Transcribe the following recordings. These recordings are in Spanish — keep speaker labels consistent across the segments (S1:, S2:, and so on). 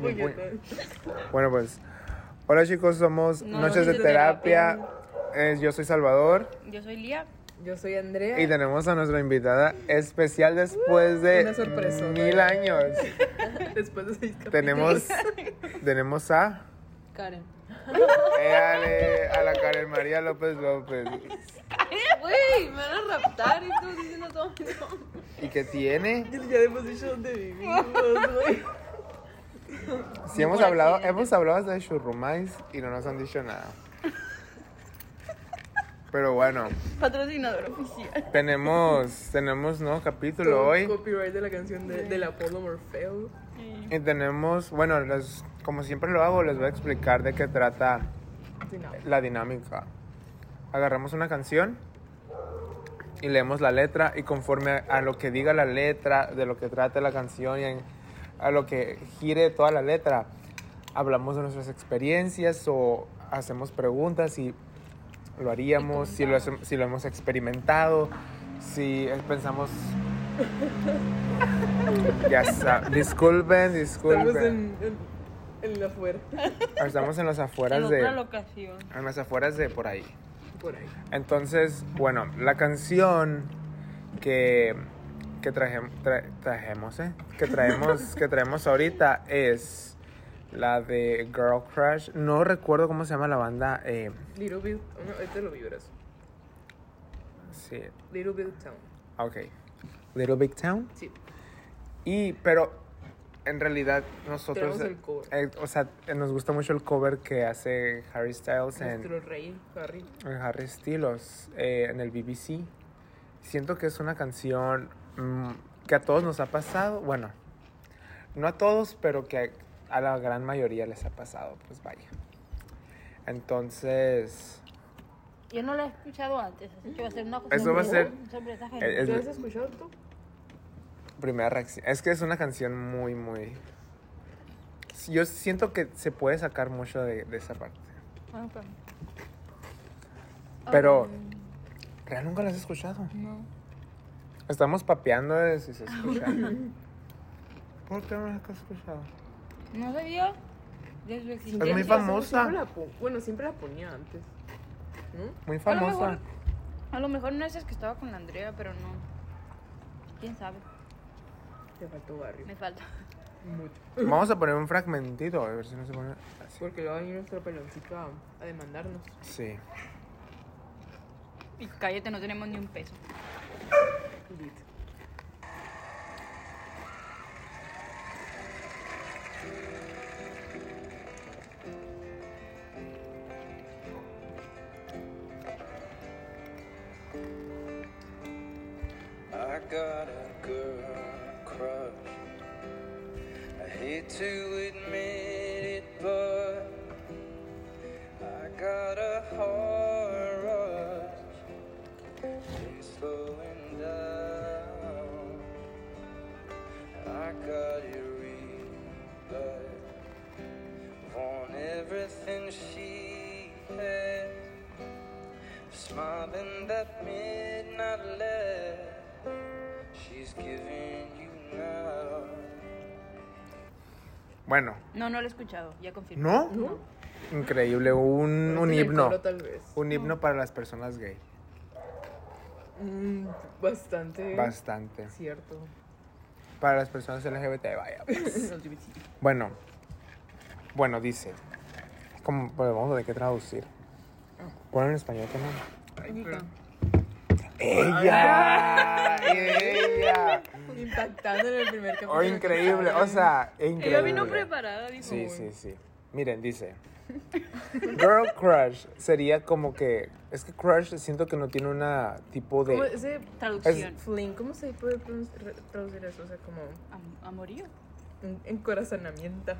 S1: Muy
S2: Bu-
S1: bien.
S2: Bueno, pues. Hola chicos, somos
S3: No,
S2: Noches de
S3: Noches de
S2: Terapia. Eh, yo soy Salvador
S3: Yo soy Lía.
S1: Yo soy Andrea.
S2: y tenemos a nuestra invitada especial después de
S1: Una sorpresa.
S2: mil años.
S1: Después de seis capítulos.
S2: tenemos, tenemos a,
S3: Karen.
S2: eh, ale, a la Karen María López López.
S3: Güey, me van a raptar y tú diciendo todo mi nombre.
S2: ¿Y qué tiene?
S1: Ya hemos dicho dónde vivimos, güey.
S2: Sí, hemos
S3: Por
S2: hablado,
S3: accidente.
S2: hemos hablado hasta de churrumais y no nos han dicho nada. Pero bueno,
S3: Patrocinador oficial.
S2: tenemos, tenemos nuevo capítulo
S1: Con
S2: hoy.
S1: Copyright de la canción de, del Apolo Morfeo.
S2: Y tenemos, bueno, les- como siempre lo hago, les voy a explicar de qué trata
S1: Sí, no.
S2: la dinámica. Agarramos una canción y leemos la letra y conforme a, a lo que diga la letra, de lo que trate la canción y en- a lo que gire toda la letra, hablamos de nuestras experiencias o hacemos preguntas si lo haríamos, si lo, hace- si lo hemos experimentado, si eh, pensamos... ya sa- disculpen, disculpen.
S1: Estamos en, en, en la fuera.
S2: Estamos en las
S3: En
S2: afueras de...
S3: otra locación.
S2: En las afueras de por ahí.
S1: Por ahí.
S2: Entonces, bueno, la canción que, que trajem- tra- trajemos, ¿eh? Que traemos, que traemos ahorita es la de Girl Crush. No recuerdo cómo se llama la banda. eh,
S1: Little Big. No, este lo vibras.
S2: sí,
S1: Little Big Town.
S2: ok. Little Big Town.
S1: Sí.
S2: Y, pero en realidad nosotros...
S1: Traemos el cover.
S2: eh, o sea, eh, nos gusta mucho el cover que hace Harry Styles en...
S1: Nuestro rey, Harry.
S2: en Harry Styles eh, en el BBC. Siento que es una canción mm, que a todos nos ha pasado. Bueno, no a todos, pero que a, a la gran mayoría les ha pasado. Pues vaya. Entonces,
S3: Yo no la he escuchado antes, así que va a ser una cosa
S2: Eso va a ser-
S3: sobre esta gente.
S2: eh,
S1: ¿Lo
S2: es,
S1: has escuchado tú?
S2: primera reacción. Es que es una canción muy, muy. Yo siento que se puede sacar mucho de, de esa parte.
S3: Ah, pues,
S2: Pero, ¿real nunca la has escuchado?
S3: no.
S2: Estamos papeando de si se escucha. ¿Por qué no la has escuchado?
S3: No sabía de su
S2: Es muy
S3: existencia.
S2: famosa.
S1: Siempre la pon- bueno, siempre la ponía antes. ¿No?
S2: Muy
S3: A lo
S2: famosa.
S3: mejor- A lo mejor no es que estaba con la Andrea, pero no. ¿Quién sabe?
S1: Te faltó barrio.
S3: Me falta.
S1: Mucho.
S2: Vamos a poner un fragmentito, a ver si no se pone así.
S1: Porque luego va a venir nuestra peloncita a demandarnos.
S2: Sí.
S3: Y cállate, no tenemos ni un peso.
S1: Lit.
S4: I got a girl crush. I hate to admit it, but I got a heart rush. Been slowing down. I got it real, but want everything she has. Smiling that midnight laugh she's giving you now.
S2: Bueno,
S3: No, no lo he escuchado, ya confirmo.
S2: ¿no?
S1: ¿No?
S2: Increíble, un,
S1: En
S2: un
S1: Este el
S2: himno.
S1: coro, tal vez.
S2: Un himno para las personas gay.
S1: Mm, bastante.
S2: Bastante.
S1: Cierto.
S2: Para las personas LGBT, vaya.
S1: LGBT.
S2: Bueno, bueno, dice. Como, pues, vamos a tener que traducir. Ponlo en español también. ¡Ella! ¡Ella!
S1: Impactando en el primer capítulo.
S2: Oh, increíble, o sea, increíble.
S3: Ella vino preparada, dijo.
S2: Sí, sí, sí. Miren, dice. Girl crush sería como que. Es que crush siento que no tiene una tipo
S1: Como
S2: de.
S1: ese
S3: Traducción.
S1: fling, ¿cómo se puede pronun- re- traducir eso? O sea, como
S3: Am- amorío.
S1: un encorazonamiento.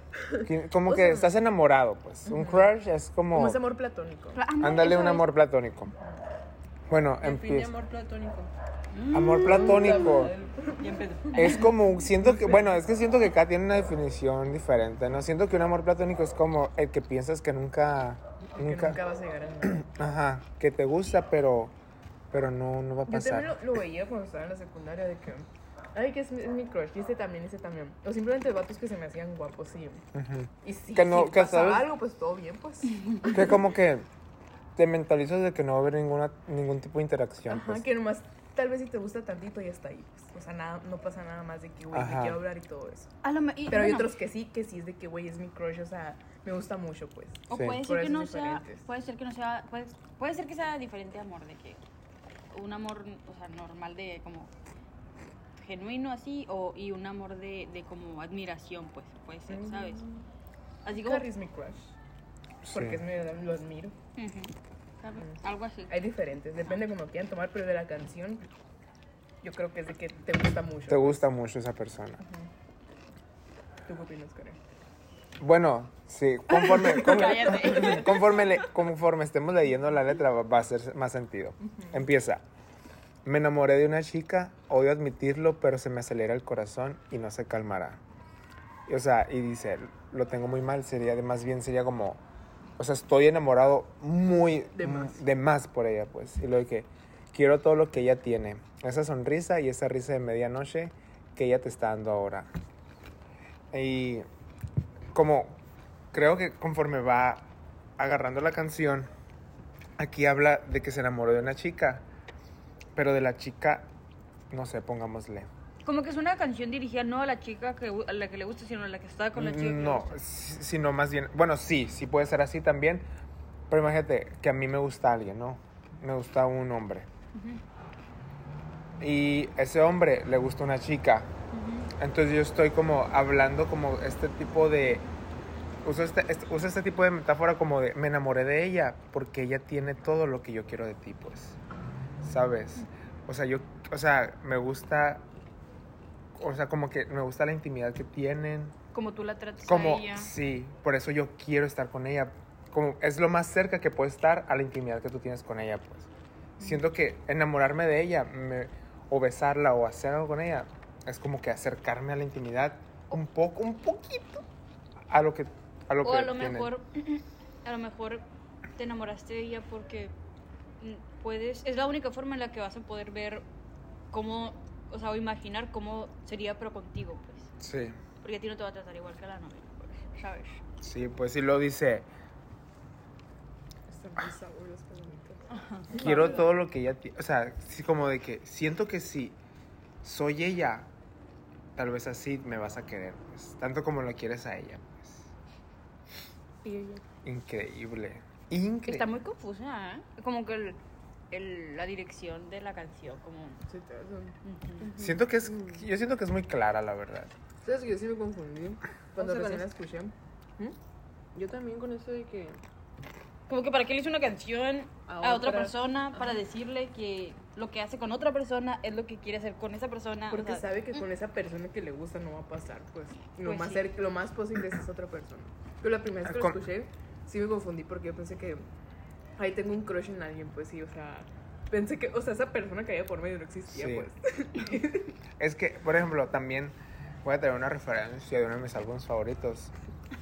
S2: que- Como que estás enamorado, pues. Un crush es
S1: Como
S2: como.
S1: ese amor platónico.
S3: Amor,
S2: Ándale
S3: eso
S2: un
S3: es.
S2: amor platónico. Bueno, empieza.
S1: amor platónico.
S2: Amor platónico.
S3: Ya empezó.
S2: Es como, un- siento que, bueno, es que siento que cada tiene una definición diferente, ¿no? Siento que un amor platónico es como el que piensas que nunca,
S1: Que
S2: nunca,
S1: nunca vas a llegar a nada.
S2: ajá, que te gusta, pero, pero no, no va a
S1: Yo también
S2: pasar.
S1: lo, lo veía cuando estaba en la secundaria de que Ay, que es mi, es mi crush. Y ese también, ese también. O simplemente vatos que se me hacían guapos, sí. Y si,
S2: Que no-
S1: si
S2: que
S1: pasaba
S2: sabes-
S1: algo, pues todo bien, pues.
S2: Que como que te mentalizas de que no va a haber ninguna, ningún tipo de interacción.
S1: Ajá,
S2: pues.
S1: que nomás tal vez si te gusta tantito ya está ahí. pues. O sea, nada, no pasa nada más de que, güey,
S2: Ajá.
S1: me quiero hablar y todo eso.
S3: A lo me- y,
S1: Pero hay
S3: bueno,
S1: otros que sí, que sí es de que, güey, es mi crush, o sea, me gusta mucho, pues.
S3: O
S2: Sí.
S3: puede
S1: Por
S3: ser que
S1: eso
S3: no
S1: es
S3: sea.
S1: diferentes.
S3: Puede ser que no sea. Puede, puede ser que sea diferente amor, de que. Un amor, o sea, normal de como. Genuino así, o, y un amor de, de como admiración, pues, puede ser, ¿sabes? Así como.
S1: Mm, Harry es mi crush,
S2: Sí.
S1: porque es mi, lo admiro.
S3: Ujú, ¿sabes? Algo así.
S1: Hay diferentes, depende cómo quieran tomar, pero de la canción, yo creo que es de que te gusta mucho.
S2: Te gusta mucho esa persona.
S1: ¿Tú qué opinas, Karen?
S2: Bueno, sí, conforme, con-
S3: Cállate.
S2: conforme, le- conforme estemos leyendo la letra va va a hacer más sentido. Empieza. Me enamoré de una chica, odio admitirlo, pero se me acelera el corazón y no se calmará. Y, o sea, y dice, lo tengo muy mal, sería de más bien, sería como, o sea, estoy enamorado muy
S1: De más.
S2: de más por ella, pues. Y lo de que quiero todo lo que ella tiene, esa sonrisa y esa risa de medianoche que ella te está dando ahora. Y como creo que conforme va agarrando la canción, aquí habla de que se enamoró de una chica, pero de la chica, no sé, pongámosle.
S3: Como que es una canción dirigida no a la chica que, a la que le gusta, sino a la que está con la chica. que le
S2: No,
S3: gusta.
S2: si- sino más bien, bueno, sí, sí puede ser así también, pero imagínate que a mí me gusta alguien, ¿no? Me gusta un hombre. Y ese hombre le gusta una chica. Entonces yo estoy como hablando como este tipo de... Uso este, este- uso este tipo de metáfora como de me enamoré de ella porque ella tiene todo lo que yo quiero de ti, pues. ¿Sabes? O sea, yo, o sea, me gusta, o sea, como que me gusta la intimidad que tienen,
S3: Como tú la tratas
S2: como
S3: a ella.
S2: sí por eso yo quiero estar con ella como es lo más cerca que puedo estar a la intimidad que tú tienes con ella pues siento que enamorarme de ella me- o besarla o hacer algo con ella es como que acercarme a la intimidad un poco un poquito a lo que a lo
S3: O
S2: que
S3: a lo
S2: tienen.
S3: mejor, a lo mejor te enamoraste de ella porque mm, puedes, es la única forma en la que vas a poder ver cómo, o sea, o imaginar cómo sería pero contigo, pues.
S2: sí
S3: Porque a ti no te va a tratar igual que a la novia, por ejemplo, ¿sabes?
S2: sí pues si lo dice
S1: Están muy sabrosos, palomitas.
S2: quiero todo lo que ella tiene. O sea, sí, como de que siento que sí, soy ella, tal vez así me vas a querer, pues, tanto como la quieres a ella. Pues. Increíble. Increíble.
S3: Está muy confusa, ¿eh? Como que el- el- la dirección de la canción, como...
S1: Sí, te hacen.
S3: ujú.
S2: Siento que es, yo siento que es muy clara, la verdad.
S1: ¿Sabes que yo sí me confundí cuando
S5: O sea, con
S1: recién la
S5: eso.
S1: escuché? ¿Mm?
S5: Yo también con eso de que.
S3: Como que para qué le hizo una canción
S5: A
S3: a, otra
S5: otra.
S3: persona para decirle que lo que hace con otra persona es lo que quiere hacer con esa persona. o
S1: Porque
S3: sea,
S1: sabe que con esa persona que le gusta no va a pasar, Mm. pues. Lo,
S3: Pues
S1: más,
S3: sí.
S1: cer- lo más posible es esa otra persona. Pero la primera vez que lo
S2: Con-
S1: escuché, sí me confundí porque yo pensé que ahí tengo un crush en alguien, pues sí, o sea. Pensé que, o sea, esa persona que había por medio no existía,
S2: Sí.
S1: pues.
S2: Es que, por ejemplo, también voy a traer una referencia de uno de mis álbumes favoritos,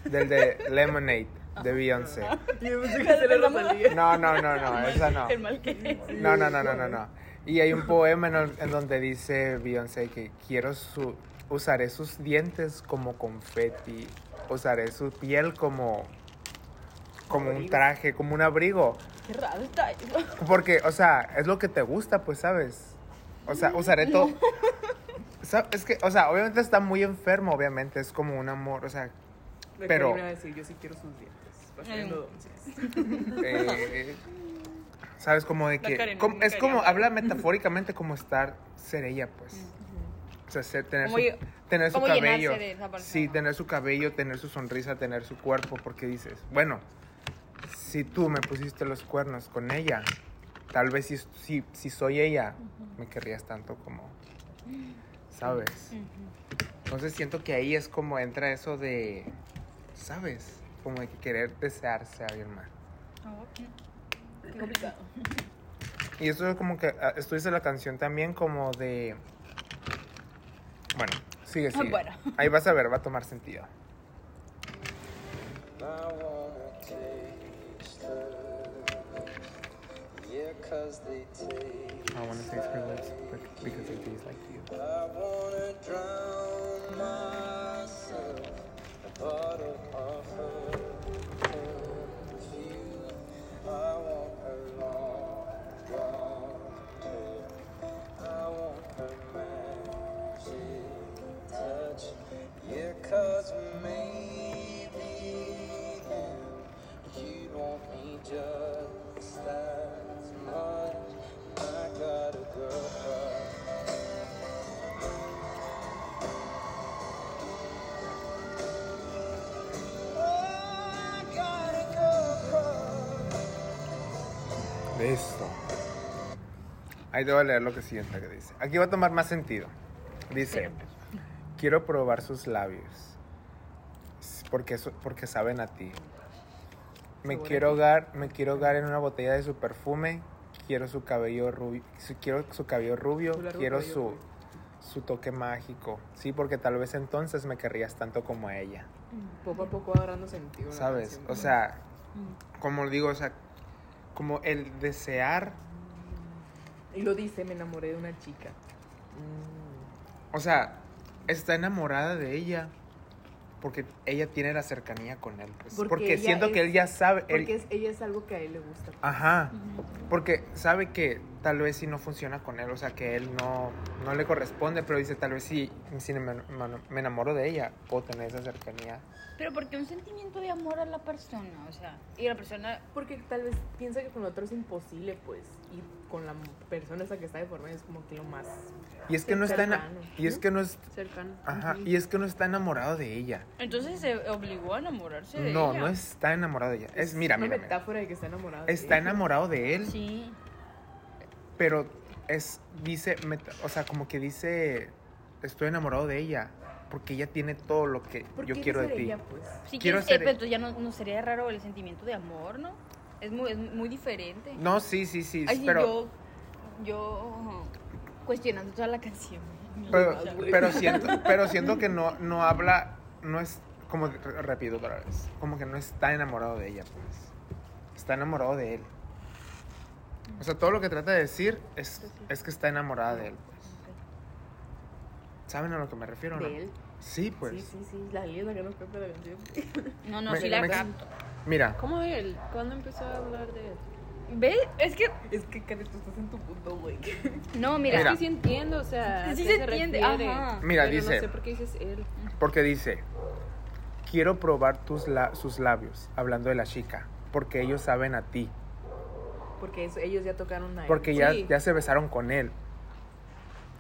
S2: del de Lemonade
S3: Ah,
S2: de Beyoncé.
S1: Y yo pensé que se le salía.
S2: No, no, no, no, esa no.
S3: el mal que
S2: No, no, no, no, no, no. Y hay un poema en, el- en donde dice Beyoncé que quiero su, usaré sus dientes como confeti, usaré su piel como como un traje, como un abrigo,
S3: Qué raro está eso.
S2: porque, o sea, es lo que te gusta, pues, sabes. O sea, usaré todo. Sa- Es que, o sea, obviamente está muy enfermo, obviamente es como un amor, o sea,
S1: La
S2: Pero-
S1: Karina iba a decir, yo sí quiero sus dientes. Va siendo doncias.
S2: eh, sabes como de
S3: La
S2: que
S3: Karen,
S2: como-
S3: la
S2: es
S3: Karen, Mm.
S2: como
S3: la-
S2: habla metafóricamente como estar ser ella, pues. O sea, ser- tener
S3: Como
S2: su,
S3: lle-
S2: tener su
S3: como llenarse
S2: cabello.
S3: de esa persona.
S2: Sí, tener su cabello, tener su sonrisa, tener su cuerpo, porque dices, bueno, si tú me pusiste los cuernos con ella, tal vez si, si, si soy ella, me querrías tanto como, ¿sabes?
S3: Mm.
S2: Entonces siento que ahí es como entra eso de, ¿sabes? Como de querer desearse a alguien más.
S5: Ah,
S3: Qué complicado.
S2: Y eso es como que, ah, esto dice la canción también como de... Bueno, sigue, sigue.
S3: Bueno.
S2: Ahí vas a ver, va a tomar sentido.
S4: I wanna taste us. Yeah, 'cause they taste
S2: I want to taste her lips bec- because they taste like you.
S4: I wanna drown myself in a bottle of her perfume. I want her long, blonde hair. I want her magic touch. Yeah, 'cause maybe then you want me just as much. I got a girl crush.
S2: Listo. Ahí te voy a leer lo que siguiente que dice. Aquí va a tomar más sentido. Dice, quiero probar sus labios. s- Porque, eso- porque saben a ti. Me quiero, ahogar, me quiero ahogar en una botella de su perfume. Quiero su cabello rubio. su- quiero su cabello rubio.
S1: Su largo
S2: Quiero
S1: cabello
S2: su,
S1: rubio.
S2: su toque mágico. Sí, porque tal vez entonces me querrías tanto como a ella.
S1: Poco a poco agarrando sentido. la
S2: ¿Sabes?
S1: canción.
S2: O sea, como digo, o sea, como el desear,
S1: Y lo dice, me enamoré de una chica.
S2: o sea, está enamorada de ella porque ella tiene la cercanía con él. pues.
S1: Porque
S2: Porque,
S1: ella
S2: siento que
S1: es-
S2: él ya sabe. él-
S1: Porque es, ella es algo que a él le gusta.
S2: Ajá. Porque sabe que tal vez si no funciona con él, o sea, que él no, no le corresponde, pero dice, tal vez si, si me, me enamoro de ella, puedo tener esa cercanía.
S3: Pero porque un sentimiento de amor a la persona, o sea, y la persona
S1: Porque tal vez piensa que con otro es imposible, pues. Y con la persona esa que está de por medio es como que lo más.
S2: Y es que no está... ena-
S1: Cercano.
S2: Y es que no es...
S5: Cercano.
S2: Ajá, y es que no está enamorado de ella.
S3: entonces se obligó a enamorarse de
S2: No,
S3: ella.
S2: no está enamorado de ella. Es, mira,
S1: una
S2: mira, mira.
S1: metáfora de que está enamorado. de
S2: Está
S1: ella.
S2: enamorado de él,
S3: Sí.
S2: pero es, dice, meta- o sea, como que dice, estoy enamorado de ella, porque ella tiene todo lo que
S1: ¿Por
S2: yo
S1: qué
S2: quiero de
S1: dice
S2: ti.
S1: ella, pues?
S3: Si
S2: Quiero
S3: quieres,
S2: ser-
S3: eh, pero entonces ya no, no sería raro el sentimiento de amor, ¿no? Es muy, es muy diferente.
S2: No, sí, sí, sí,
S3: Ay, sí,
S2: pero,
S3: yo, yo cuestionando toda la canción.
S2: pero,
S3: O sea,
S2: pero siento, pero siento que no, no habla, no es, como re- repito otra vez, como que no está enamorado de ella, pues, está enamorado de él. O sea, todo lo que trata de decir es,
S1: Pues
S2: es que está enamorada de él, pues. ¿Saben a lo que me refiero? o no?
S1: De él.
S2: Sí, pues.
S1: Sí, sí, sí. La ley es la que nos canta la canción.
S3: No, no,
S2: Me-
S3: sí la
S2: me-
S3: capto.
S2: Mira,
S5: ¿Cómo de él? ¿Cuándo empezó a hablar de él?
S3: ¿Ves? Es que,
S1: Es que, Karen, tú estás en tu punto, güey.
S3: no, mira.
S2: Mira.
S5: Sí, sí entiendo, o sea. ¿a
S3: Sí
S5: qué
S3: se entiende,
S5: refiere?
S3: ajá.
S2: Mira,
S5: Pero
S2: dice-
S5: No sé por qué dices él.
S2: Porque dice, quiero probar tus la- sus labios, hablando de la chica, porque ellos saben a ti,
S1: Porque eso- ellos ya tocaron a él.
S2: porque ya,
S5: Sí.
S2: ya se besaron con él.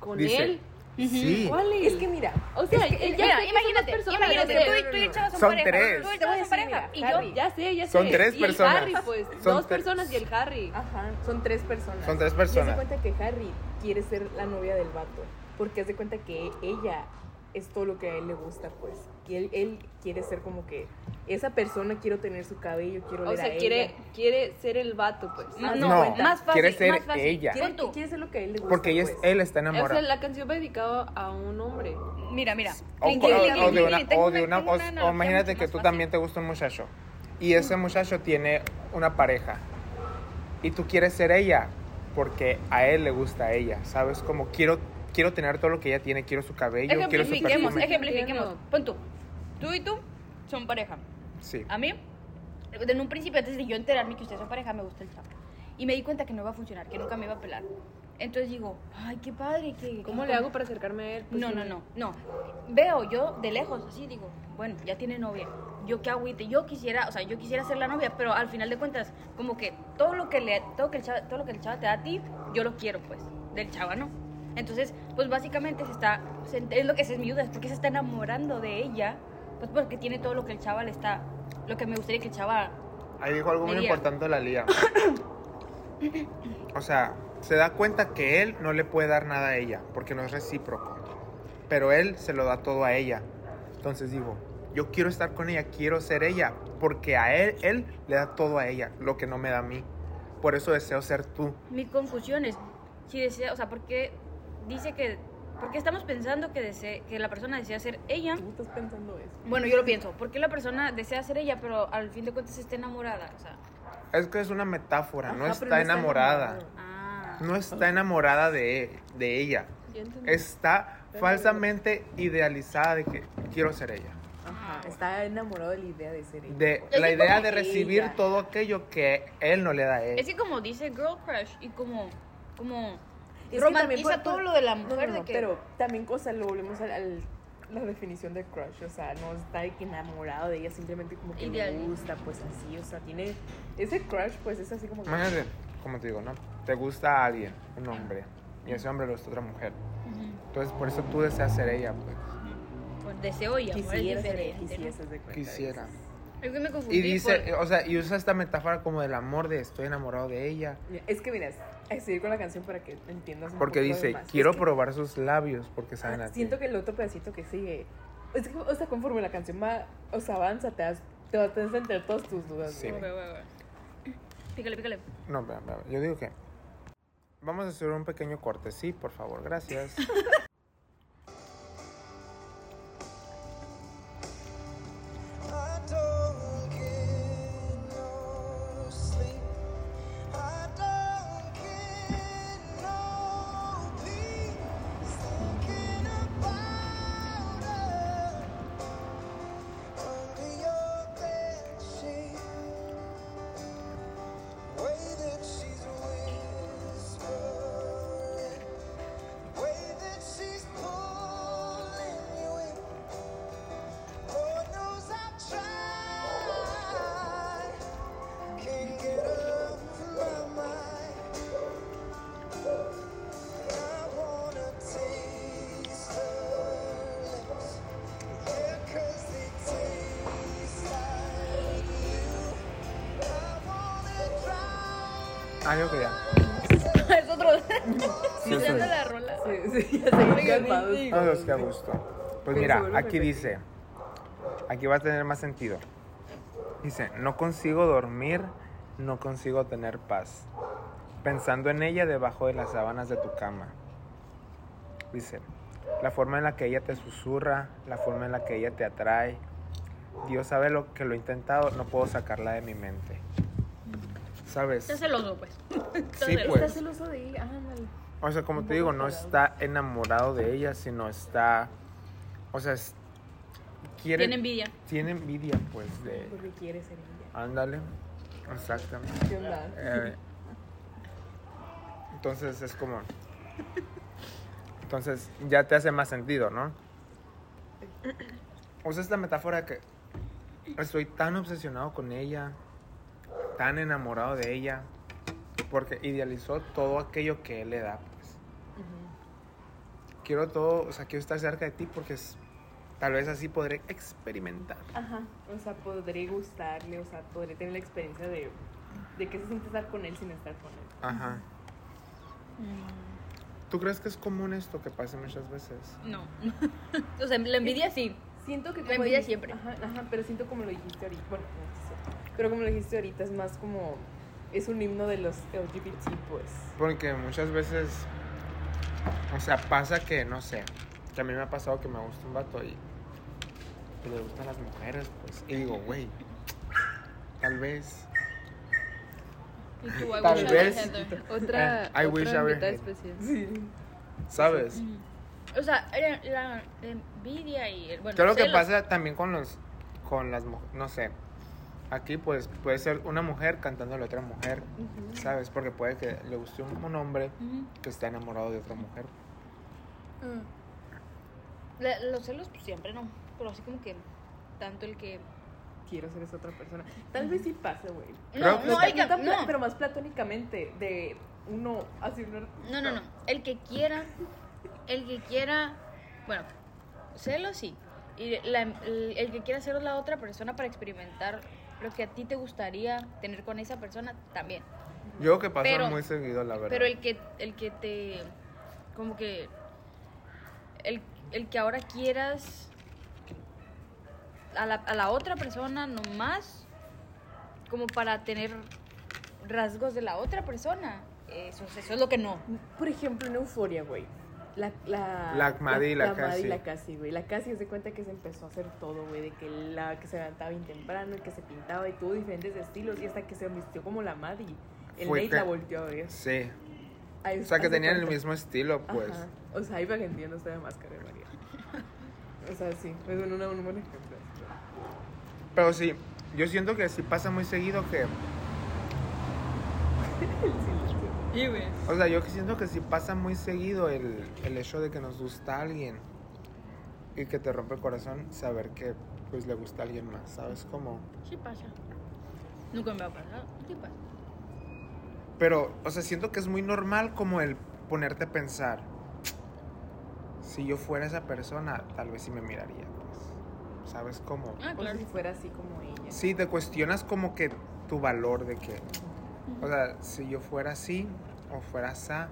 S5: ¿Con
S2: dice,
S5: él?
S2: Sí,
S5: ¿Cuál es?
S1: Es que mira,
S5: O sea, él ya
S3: Mira,
S5: sé que
S3: imagínate,
S5: son las personas,
S3: imagínate,
S5: no sé.
S3: tú y tú y el chavo son,
S2: Son
S3: pareja.
S2: tres.
S3: Tú y el chavo son
S1: Te voy a decir,
S3: pareja. Y
S1: mira, Harry.
S3: yo,
S5: Ya sé, ya sé.
S2: Son tres
S5: y
S2: personas.
S5: El Harry, pues.
S2: Son
S5: dos
S2: tres.
S5: personas y el Harry.
S3: Ah,
S1: Ajá, son tres personas.
S2: Son tres
S1: Y
S2: personas.
S1: haz de cuenta que Harry quiere ser la novia del vato. Porque hace cuenta que ella es todo lo que a él le gusta, pues. Y él, él quiere ser como que esa persona, quiero tener su cabello, quiero
S5: O
S1: oler a
S5: sea,
S1: ella.
S5: quiere, quiere ser el vato, pues.
S3: no,
S1: Haz de
S2: no,
S1: cuenta.
S3: más fácil,
S2: quiere ser
S3: más fácil.
S2: ella,
S3: Quiere-
S1: Quiere,
S3: Pon tú.
S1: quiere ser lo que a él le gusta.
S2: porque ella es-
S1: pues.
S2: él está
S5: O sea,
S2: enamorado.
S5: la canción va dedicada a un hombre.
S3: mira, mira.
S2: O,
S3: Clink,
S2: o-
S3: clink,
S2: o
S3: clink,
S2: de
S3: clink,
S2: una,
S3: clink, tengo
S2: o de
S3: una-
S2: una,
S3: tengo
S2: o-
S3: una
S2: o
S3: analogía
S2: imagínate
S3: mucho
S2: que
S3: más
S2: tú
S3: fácil.
S2: también te gusta un muchacho y ese muchacho tiene una pareja y tú quieres ser ella porque a él le gusta a ella, ¿sabes? Como quiero, quiero tener todo lo que ella tiene, quiero su cabello, quiero su
S3: Ejemplifiquemos,
S2: perfume.
S3: ejemplifiquemos. Pon tú. Tú y tú son pareja.
S2: Sí.
S3: A mí, en un principio, antes de yo enterarme que ustedes son pareja, me gusta el chavo. Y me di cuenta que no iba a funcionar, que nunca me iba a pelar. Entonces digo, ay, qué padre, que...
S5: ¿Cómo
S3: que-
S5: le hago para acercarme a él? Pues,
S3: No, no, no, no. Veo yo de lejos, así digo, bueno, ya tiene novia. Yo qué agüite, yo quisiera, o sea, yo quisiera ser la novia, pero al final de cuentas, como que todo lo que le, todo que el chava, todo lo que el chava te da a ti, yo lo quiero, pues, del chava, ¿no? Entonces, pues básicamente se está, se- es lo que se es mi duda, es porque se está enamorando de ella, pues porque tiene todo lo que el chava le está, lo que me gustaría que el chava
S2: Ahí dijo algo muy
S3: Lía.
S2: importante la Lía. O sea, se da cuenta que él no le puede dar nada a ella, porque no es recíproco. Pero él se lo da todo a ella. Entonces digo, yo quiero estar con ella, quiero ser ella, porque a él, él le da todo a ella, lo que no me da a mí. Por eso deseo ser tú.
S3: Mi confusión es, si desea, o sea, porque dice que, porque estamos pensando que, desea, que la persona desea ser ella.
S1: Tú estás pensando eso.
S3: Bueno, yo lo pienso, porque la persona desea ser ella, pero al fin de cuentas está enamorada, o sea,
S2: Es que es una metáfora, no
S1: Ajá,
S2: está
S1: pero no
S2: enamorada.
S1: enamorado.
S3: ah,
S2: no está enamorada de, de ella.
S5: Ya entendí.
S2: Está falsamente idealizada de que quiero ser ella.
S1: Ajá, está enamorado de la idea de ser pues. ella.
S2: De
S3: Es
S2: la
S3: que
S2: idea
S3: como
S2: de recibir
S1: ella.
S2: todo aquello que él no le da a
S3: Es
S2: él.
S3: que como dice Girl Crush y como, como
S1: Es que también
S3: romantiza
S1: por-
S3: todo lo de la
S1: No, no,
S3: mujer
S1: no,
S3: de que
S1: pero también, o sea, lo volvemos a la definición de crush, o sea, no está de que enamorado de ella, simplemente como que
S3: Ideal.
S1: le gusta, pues así, o sea, tiene ese crush, pues es así como que
S2: Imagínate, como te digo, ¿no? Te gusta alguien, un hombre, y ese hombre lo gusta otra mujer.
S3: Ujú.
S2: Entonces, por eso tú deseas ser ella, pues.
S3: Por pues, deseo y amor es
S1: quisiera ser,
S3: diferente, ¿no?
S1: quisiese de cuenta.
S2: Quisiera.
S3: Es que me confundí
S2: Y dice,
S3: por-
S2: eh, o sea, y usa esta metáfora como del amor de estoy enamorado de ella.
S1: Mira, Es que miras, a seguir con la canción para que entiendas un
S2: Porque
S1: poco de
S2: dice,
S1: más.
S2: quiero
S1: Es que-
S2: probar sus labios porque saben
S1: Ah,
S2: a ti".
S1: Siento que el otro pedacito que sigue, es que, o sea, conforme la canción va, o sea, avanza, te das, te vas a entender todas tus dudas.
S2: Sí.
S1: güey.
S3: Güey, güey, güey. Pícale, pícale.
S2: No, espera, espera, yo digo que... Vamos a hacer un pequeño corte, sí, por favor, gracias.
S4: I don't get no sleep. I don't get no peace thinking about her under your bedsheet. Way that she's whispering, way that she's pulling you in. Lord knows I tried. Can't get up from my mind. I wanna taste her lips. Yeah, 'cause they taste like you. I wanna drown
S2: Ah, yo que ya.
S3: es otro.
S2: Sí, sí.
S3: Citando la rola.
S1: Sí, sí, ya seguimos calmados.
S2: No, Dios, qué a gusto. Pues
S1: Pero se
S2: mira,
S1: vuelve
S2: aquí
S1: perfecto.
S2: dice, aquí va a tener más sentido. Dice, no consigo dormir, no consigo tener paz. Pensando en ella debajo de las sábanas de tu cama. Dice, la forma en la que ella te susurra, la forma en la que ella te atrae. Dios sabe lo que lo he intentado, no puedo sacarla de mi mente. ¿Sabes?
S3: Está celoso, pues.
S2: Sí,
S3: celoso.
S2: pues.
S5: Está celoso de ella. Ándale.
S2: O sea, como te digo, no está enamorado de ella, sino está. O sea, es- quiere.
S3: Tiene envidia.
S2: tiene envidia, pues, de.
S1: Porque quiere ser ella.
S2: Ándale. Exactamente.
S1: ¿Qué onda?
S2: Eh, entonces es como. Entonces ya te hace más sentido, ¿no? O sea, esta metáfora que estoy tan obsesionado con ella, tan enamorado de ella, porque idealizó todo aquello que él le da, pues. Quiero todo, o sea, quiero estar cerca de ti porque es- tal vez así podré experimentar.
S1: Ajá. O sea, podré gustarle, o sea, podré tener la experiencia de, de qué se siente estar con él sin estar con él.
S2: Ajá. ¿Tú crees que es común esto que pasa muchas veces?
S3: No. o sea, la envidia sí.
S1: Siento que
S3: Me
S1: como
S3: envidia
S1: dijiste-
S3: siempre.
S1: Ajá, ajá, pero siento como lo dijiste ahorita. Bueno, no sé si- pero como lo dijiste ahorita, es más como. Es un himno de los LGBT, pues.
S2: Porque muchas veces, o sea, pasa que, no sé, que a mí me ha pasado que me gusta un vato y que le gustan las mujeres, pues. Y digo, güey, tal vez.
S3: Y tú, I
S2: Tal
S3: wish I
S2: vez.
S3: had her.
S5: Otra,
S2: Eh, I
S5: otra
S2: wish I were
S5: invitada
S2: him.
S5: especial.
S2: ¿Sabes?
S3: O sea, era la envidia y el. Bueno,
S2: Creo que
S3: celos.
S2: pasa también con los, con las mujeres, no sé. Aquí pues puede ser una mujer cantando a otra mujer, ¿sabes? Porque puede que le guste un, un hombre
S3: Ujú.
S2: que está enamorado de otra mujer.
S3: La- los celos, pues siempre no. Pero así como que. Tanto el que.
S1: Quiero ser esa otra persona. Tal vez sí pasa, güey.
S2: Creo
S3: No,
S2: que-
S3: no, el que.
S1: tan pla-
S3: No,
S1: Pero más platónicamente, de uno así uno.
S3: No, no, no. El que quiera, el que quiera, bueno, celos sí. Y la- el el que quiera celos la otra persona para experimentar lo que a ti te gustaría tener con esa persona también.
S2: Yo creo que pasa
S3: Pero-
S2: muy seguido, la verdad.
S3: Pero el que, el que te, como que, el, el que ahora quieras a la, a la otra persona nomás, como para tener rasgos de la otra persona. Eso, es- eso es lo que no.
S1: Por ejemplo, en Euforia, güey. La, la,
S2: La Madi y la
S1: Madi y
S2: Cassie.
S1: la Cassie, güey. La Cassie se cuenta que se empezó a hacer todo, güey. De que, la, que se levantaba bien temprano y que se pintaba y tuvo diferentes estilos. Y hasta que se vistió como la Madi. El
S2: Fue
S1: Nate
S2: que-
S1: la volteó a ver.
S2: Sí.
S1: Ahí-
S2: O sea, que
S1: haz de
S2: tenían el
S1: cuenta.
S2: mismo estilo, pues.
S1: Ajá. O sea, ahí para que entiendan está de máscara de María. O sea, sí, es un, un, un buen ejemplo.
S2: Pero sí, yo siento que sí pasa muy seguido que...
S3: Y, güey.
S2: O sea, yo que siento que sí pasa muy seguido el, el hecho de que nos gusta alguien y que te rompe el corazón saber que pues le gusta a alguien más, ¿sabes cómo?
S3: Sí pasa. Nunca me va a pasar. Sí pasa.
S2: Pero, o sea, siento que es muy normal como el ponerte a pensar, si yo fuera esa persona, tal vez sí me miraría, pues, ¿sabes cómo?
S3: Ah,
S1: O sea,
S3: claro.
S1: si fuera así como ella.
S2: Sí, te cuestionas como que tu valor de que, o sea, si yo fuera así o fuera esa,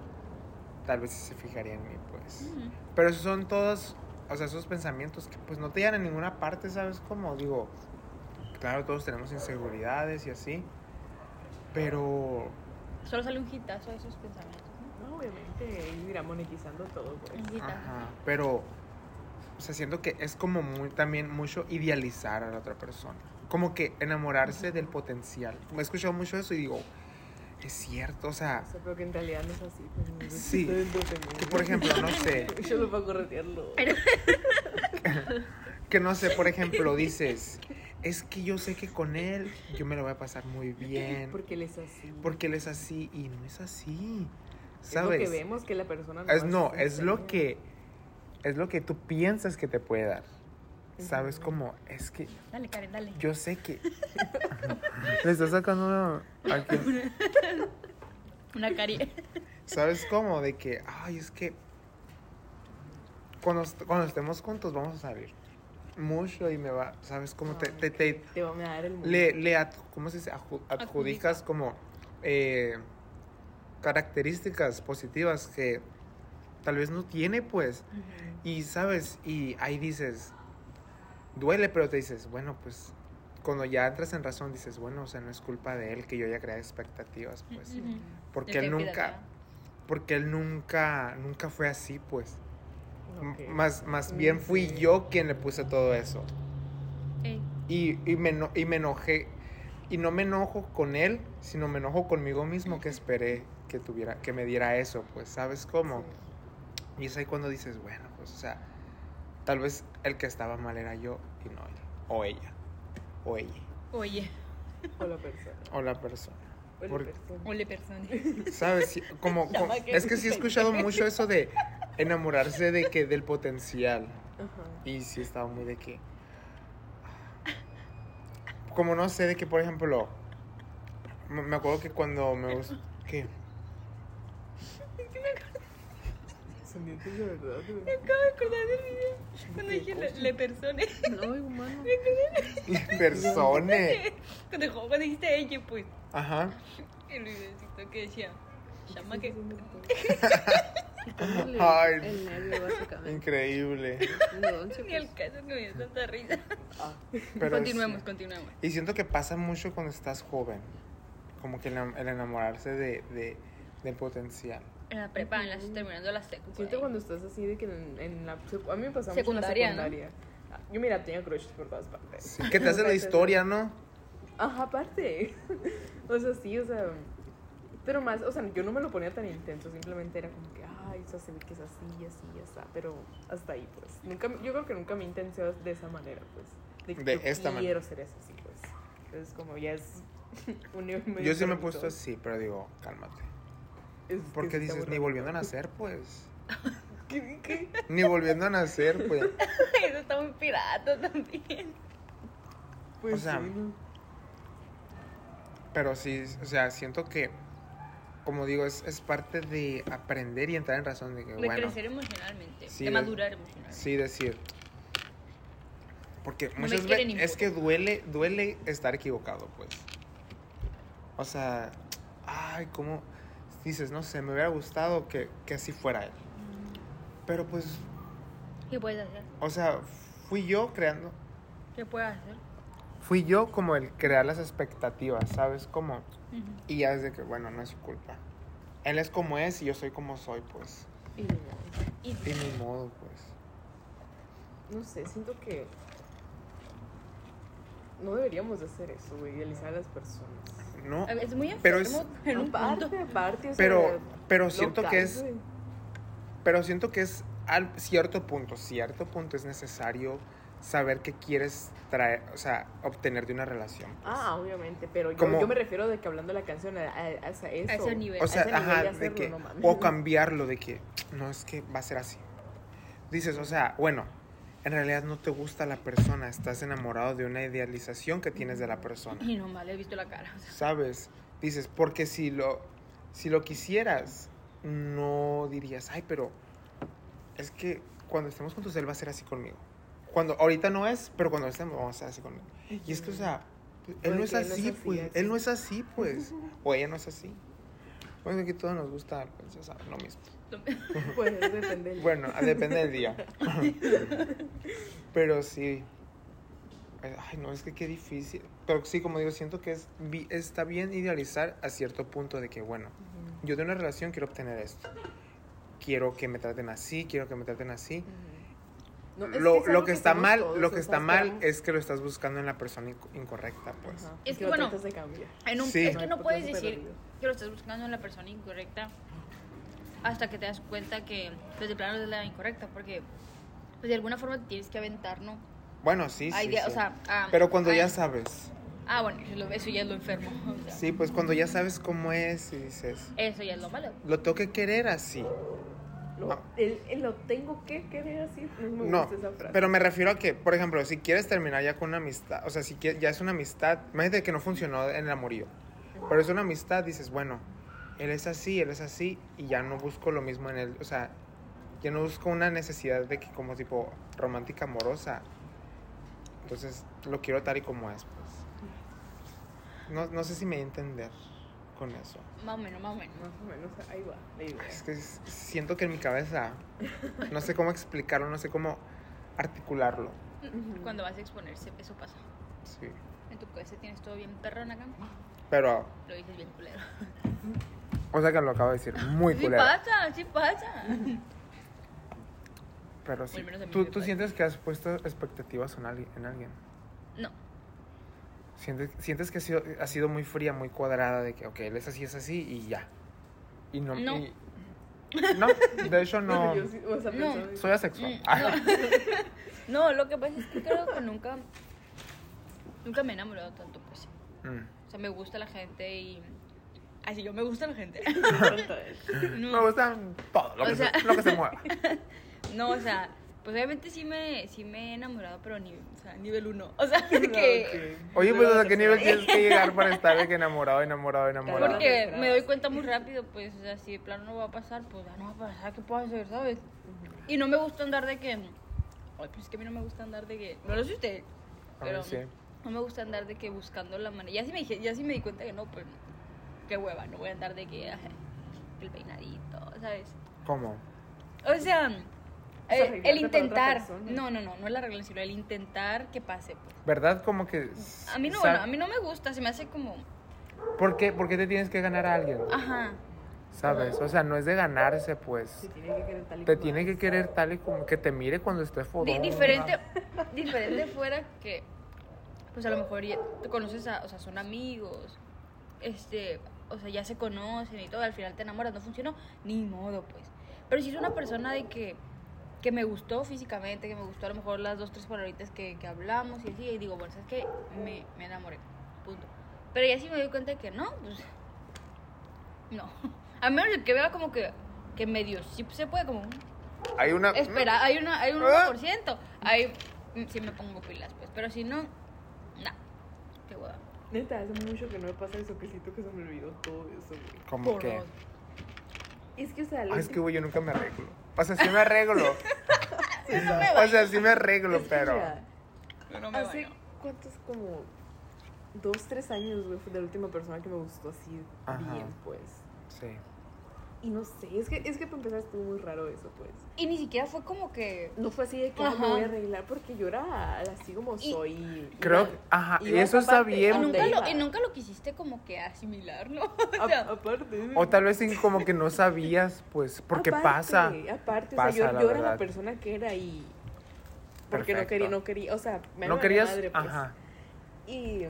S2: tal vez sí se fijaría en mí, pues.
S3: Mm.
S2: Pero esos son todos, o sea, esos pensamientos que pues no te llegan a ninguna parte, ¿sabes cómo? Digo, claro, todos tenemos inseguridades y así, pero
S3: Solo sale un hitazo de esos pensamientos. ¿no?
S1: No, obviamente, ahí mira, monetizando todo, pues.
S3: Un hitazo.
S2: Ajá, pero, o sea, siento que es como muy, también mucho idealizar a la otra persona. Como que enamorarse del potencial. Me he escuchado mucho eso y digo, es cierto, o sea,
S1: O sea, pero que en realidad no es así. Pues, no es
S2: Sí.
S1: todo entretenido.
S2: que por ejemplo, no sé,
S1: Yo lo puedo corretearlo.
S2: que no sé, por ejemplo, dices, es que yo sé que con él yo me lo voy a pasar muy bien,
S1: Porque él es así.
S2: porque él es así y no es así,
S1: Es lo
S2: ¿sabes?
S1: que vemos que la persona
S2: Es no, es lo
S1: así.
S2: que, es lo que tú piensas que te puede dar.
S1: Ujú.
S2: ¿Sabes? Como, es que
S3: Dale, Karen, dale.
S2: Yo sé que. Le está sacando una. a que-
S3: Una cari.
S2: ¿Sabes cómo? De que, ay, es que. Cuando, est- cuando estemos juntos vamos a salir. Mucho y me va. ¿Sabes cómo? Te, te, te-
S1: Te van a dar el mundo.
S2: le, le ad- ¿cómo se dice? Aju- adjudicas como. eh, características positivas que tal vez no tiene, pues. Y sabes, y ahí dices, duele, pero te dices, bueno, pues cuando ya entras en razón, dices, bueno, o sea, no es culpa de él que yo ya creé expectativas, pues.
S3: Ujú.
S2: Porque
S3: Ya
S2: él
S3: te
S2: nunca,
S3: olvidas,
S2: porque él nunca, nunca fue así, pues. M-
S1: Ok.
S2: Más, más bien fui
S1: Mm.
S2: yo quien le puse todo eso.
S3: ¿ya? Ey.
S2: Y, y, me, eno- y me enojé. Y no me enojo con él, sino me enojo conmigo mismo que esperé que tuviera, que me diera eso, pues, ¿sabes cómo? Y es ahí cuando dices, bueno, pues, o sea, tal vez el que estaba mal era yo y no él. O ella. O ella.
S3: Oye.
S1: Sí. O la persona.
S2: O la persona.
S1: O la
S2: Por-
S1: persona.
S3: Ole, persona.
S2: ¿Sabes? Sí, Como,
S1: Ya
S2: co-
S1: me quedé
S2: es que sí he escuchado mucho eso de enamorarse de que del potencial.
S1: Ajá.
S2: Y sí estaba muy de que... Como no sé, de que, por ejemplo, me me acuerdo que cuando me gustó... ¿Qué?
S1: Sentiste de verdad. güey.
S3: Acabo de acordar del video. Cuando dije le, le persone.
S5: No, humano.
S2: Persone.
S3: Cuando, cuando dijiste ella, pues.
S2: Ajá.
S3: El videocito que decía. Llama que.
S5: Dándole
S2: Ay.
S5: El nervio, básicamente.
S2: Increíble.
S5: Entonces,
S3: Ni el
S5: pues,
S3: caso que me dio tanta risa.
S1: ah.
S2: Pero
S3: continuemos,
S2: sí.
S3: continuemos.
S2: Y siento que pasa mucho cuando estás joven. Como que el, enam- el enamorarse de, de- del potencial.
S3: En la prepa, en la, terminando la secu. por
S1: Siento
S3: ahí.
S1: cuando estás así de que en, en la... sec- A mí me pasaba mucho en la
S3: Secundaria, ¿no?
S1: secundaria. Ah, Yo mira, tenía crushes por todas partes.
S2: Que te hace la historia, ¿no?
S1: Ajá, aparte. o sea, sí, o sea. Pero más, o sea, yo no me lo ponía tan intenso, simplemente era como que, ay, o sea, se ve que es así, y así, y así. Pero hasta ahí, pues. Nunca, yo creo que nunca me intenté de esa manera, pues. De, que
S2: De
S1: yo
S2: esta
S1: quiero ser así, pues. Entonces, como ya es un nivel medio
S2: Yo sí me he
S1: permitido.
S2: puesto así, pero digo, cálmate.
S1: Es que
S2: Porque
S1: sí está
S2: dices,
S1: muy
S2: ni
S1: raro.
S2: volviendo a nacer, pues.
S1: ¿Qué, qué?
S2: Ni volviendo a nacer, pues.
S3: Eso está muy pirata también.
S1: Pues
S2: O sea,
S1: sí, ¿no?
S2: Pero sí, o sea, siento que, como digo, es, es parte de aprender y entrar en razón de que,
S3: De
S2: bueno,
S3: crecer emocionalmente.
S2: Sí,
S3: de
S2: de-
S3: madurar emocionalmente.
S2: sí decir. Porque
S3: me
S2: muchas
S3: quieren
S2: veces
S3: ni
S2: es que duele, duele estar equivocado, pues. O sea, ay, como dices, no sé, me hubiera gustado que, que así fuera él. Pero pues,
S3: ¿Qué puedes hacer?
S2: o sea, fui yo creando,
S3: ¿Qué puedes hacer?
S2: fui yo como el crear las expectativas, ¿sabes? Como, y ya desde que, bueno, no es su culpa. Él es como es y yo soy como soy, pues.
S1: Y no,
S3: Y
S2: De mi modo, pues.
S1: no sé, siento que. No deberíamos de hacer eso, güey, idealizar a las personas.
S2: ¿no?
S3: Es muy enfermo
S2: Pero es-
S3: en un punto.
S1: Aparte, aparte, o sea,
S2: Pero, pero siento
S1: local,
S2: que es,
S1: güey.
S2: pero siento que es al cierto punto, cierto punto es necesario saber qué quieres traer, o sea, obtener de una relación. pues.
S1: Ah, obviamente, pero yo,
S2: Como-
S1: yo me refiero de que hablando de la canción a, a- a esa- eso.
S3: A ese nivel.
S2: O sea,
S1: ese nivel
S2: ajá,
S1: de
S2: de
S1: hacerlo,
S2: que,
S1: no mames.
S2: o cambiarlo de que, no, es que va a ser así. Dices, o sea, bueno, en realidad no te gusta la persona, estás enamorado de una idealización que tienes de la persona.
S3: y nomás le he visto la cara. o sea,
S2: ¿Sabes? Dices, porque si lo, si lo quisieras, no dirías, ay, pero es que cuando estemos juntos, él va a ser así conmigo. Cuando, ahorita no es, pero cuando estemos, vamos a ser así conmigo. Y es que, o sea, él no
S1: Porque
S2: es
S1: él no es
S2: así,
S1: así,
S2: pues.
S1: así.
S2: Él no es así, pues. O ella no es así. Bueno, aquí todos nos gusta, pues, ya sabes, lo mismo.
S1: Pues depende. del-
S2: Bueno, depende del día. Pero sí. Ay, no, es que qué difícil. Pero sí, como digo, siento que es, bi- está bien idealizar a cierto punto de que, bueno,
S1: Ujú,
S2: yo de una relación quiero obtener esto. Quiero que me traten así, quiero que me traten así.
S1: ujú. No, es
S2: lo,
S1: es
S2: lo
S1: algo
S2: que está
S1: estamos
S2: mal,
S1: todos,
S2: lo que
S1: o sea,
S2: está mal
S1: esperamos-
S2: es que lo estás buscando en la persona inc- incorrecta, pues.
S1: Ajá,
S3: Es
S1: que
S3: que,
S1: lo
S3: bueno,
S1: tratas de cambiar.
S3: en un-
S2: Sí.
S3: Es que no
S1: Porque
S3: puedes
S1: es
S3: decir
S1: perdido.
S3: que lo estás buscando en la persona incorrecta hasta que te das cuenta que desde plano es la incorrecta, porque pues, de alguna forma te tienes que aventar, ¿no?
S2: Bueno, sí,
S3: Ay,
S2: sí,
S3: de- o
S2: sí.
S3: sea, ah,
S2: Pero cuando
S3: ay.
S2: ya sabes.
S3: Ah, bueno, eso, es lo- eso ya es lo enfermo. o sea,
S2: Sí, pues cuando ya sabes cómo es y dices,
S3: Eso ya es lo malo.
S2: lo tengo que querer así.
S1: Lo,
S2: No.
S1: el- el lo tengo que querer así. No me
S2: No,
S1: gusta esa frase.
S2: pero me refiero a que, por ejemplo, si quieres terminar ya con una amistad, o sea, si quie- ya es una amistad, imagínate que no funcionó en el amorío, pero es una amistad, dices, bueno, él es así, él es así, y ya no busco lo mismo en él, o sea, ya no busco una necesidad de que como tipo romántica amorosa, entonces lo quiero tal y como es, pues. No, no sé si me voy a entender con eso.
S3: Más o menos, más o menos.
S1: Más o menos, ahí va. la idea.
S2: Es que s- siento que en mi cabeza, no sé cómo explicarlo, no sé cómo articularlo.
S1: Ujú.
S3: Cuando vas a exponerse, eso pasa.
S2: Sí.
S3: En tu cabeza tienes todo bien perrón acá.
S2: Pero,
S3: Lo dices bien culero.
S2: o sea que lo acabo de decir, muy
S3: sí
S2: culero.
S3: pasa, sí pasa.
S2: Pero sí.
S3: Al menos a mí
S2: ¿Tú,
S3: me
S2: tú
S3: pasa.
S2: sientes que has puesto expectativas en alguien? En alguien?
S3: No,
S2: ¿Sientes, sientes que ha sido, ha sido muy fría, muy cuadrada, de que, ok, él es así, es así y ya? Y no.
S3: No.
S2: y- no, de hecho no.
S1: Yo sí, o sea,
S3: No.
S1: pensaba-
S2: Soy asexual.
S3: Mm, no, lo que pasa es que creo que nunca, nunca me he enamorado tanto, pues.
S2: Mm.
S3: O sea, me gusta la gente y. Así yo me gusta la gente. No.
S2: Me gustan todo lo
S3: O
S2: que,
S3: sea-
S2: se, lo que se mueva.
S3: No, o sea, pues obviamente sí me, sí me he enamorado, pero ni, o sea, nivel uno. O sea, que.
S2: Oye, pues, ¿a
S1: ¿a
S2: qué nivel tienes que llegar para estar de que enamorado, enamorado, enamorado?
S3: Porque me doy cuenta muy rápido, pues, o sea, si de plano no va a pasar, pues ya no va a pasar, ¿qué puedo hacer, sabes? Y no me gusta andar de que. Ay, pues es que a mí no me gusta andar de que. No lo sé usted.
S2: A
S3: Pero
S2: mí sí.
S3: no me gusta andar de que buscando la manera. Ya sí me dije, ya sí me di cuenta que no, pues qué hueva, no voy a andar de que ay, el peinadito, ¿sabes?
S2: ¿Cómo?
S3: O sea, eh,
S1: arreglarte para
S3: el
S1: otra
S3: intentar,
S1: persona.
S3: no, no, no, no es la regla, sino el intentar que pase. pues.
S2: ¿Verdad? Como que.
S3: A mí no,
S2: sa-
S3: bueno, a mí no me gusta, se me hace como,
S2: ¿Por qué, por qué te tienes que ganar a alguien?
S3: ajá,
S2: ¿Sabes? O sea, no es de ganarse, pues.
S1: Te tiene que querer tal y
S2: Te
S1: como
S2: tiene que
S1: eres.
S2: querer tal y como que te mire cuando estés
S3: di-
S2: fodón.
S3: diferente, diferente fuera que, pues a lo mejor ya te conoces a, o sea, son amigos, este, o sea, ya se conocen y todo, al final te enamoras, no funcionó, ni modo, pues. Pero si es una persona de que, que me gustó físicamente, que me gustó a lo mejor las dos, tres palabritas que, que hablamos y así, y digo, bueno, sabes que me, me enamoré, punto. Pero ya sí me doy cuenta de que no, pues, no. A menos de que vea como que, que medio, sí se puede como,
S2: Hay una.
S3: espera, hay, una, hay un
S2: Ah.
S3: 1%, hay, si mm, me pongo pilas, pues, pero si no, nah, qué hueva.
S1: Neta, hace mucho que no me pasa eso, que siento que se me olvidó todo eso, güey.
S2: Como que.
S3: Por
S1: Es que, o sea,
S2: Ay, Ah, es que, güey, yo nunca me arreglo. O sea, sí me arreglo.
S3: no me
S2: o sea, sí me arreglo, pero.
S3: Yo no me
S1: Hace
S3: baño.
S1: cuántos, como dos, tres años, güey, fue de la última persona que me gustó así
S2: Ajá.
S1: bien, pues.
S2: Sí.
S1: Y no sé, es que, es que para empezar estuvo muy raro eso, pues.
S3: Y ni siquiera fue como que...
S1: No fue así de que "Ah, me
S3: Ajá.
S1: voy a arreglar porque yo era así como
S3: Y-
S1: soy. y-
S2: Creo.
S1: y-
S2: Ajá.
S1: y
S2: Y
S1: iba
S2: eso
S1: a
S2: está
S1: parte,
S3: Y
S1: ¿a
S2: bien.
S1: dónde
S3: nunca, lo,
S1: iba?
S3: y nunca lo quisiste como que asimilar, ¿no?
S1: a-
S3: O sea,
S1: aparte.
S2: O tal vez sin- como que no sabías, pues, porque
S1: Aparte,
S2: pasa.
S1: Aparte, o
S2: Pasa,
S1: sea, yo,
S2: la
S1: yo era la
S2: verdad.
S1: persona que era y. Porque no
S2: Perfecto.
S1: quería, no quería, o sea, me valía
S2: No
S1: pues.
S2: querías.
S1: madre, pues.
S2: Ajá.
S1: Y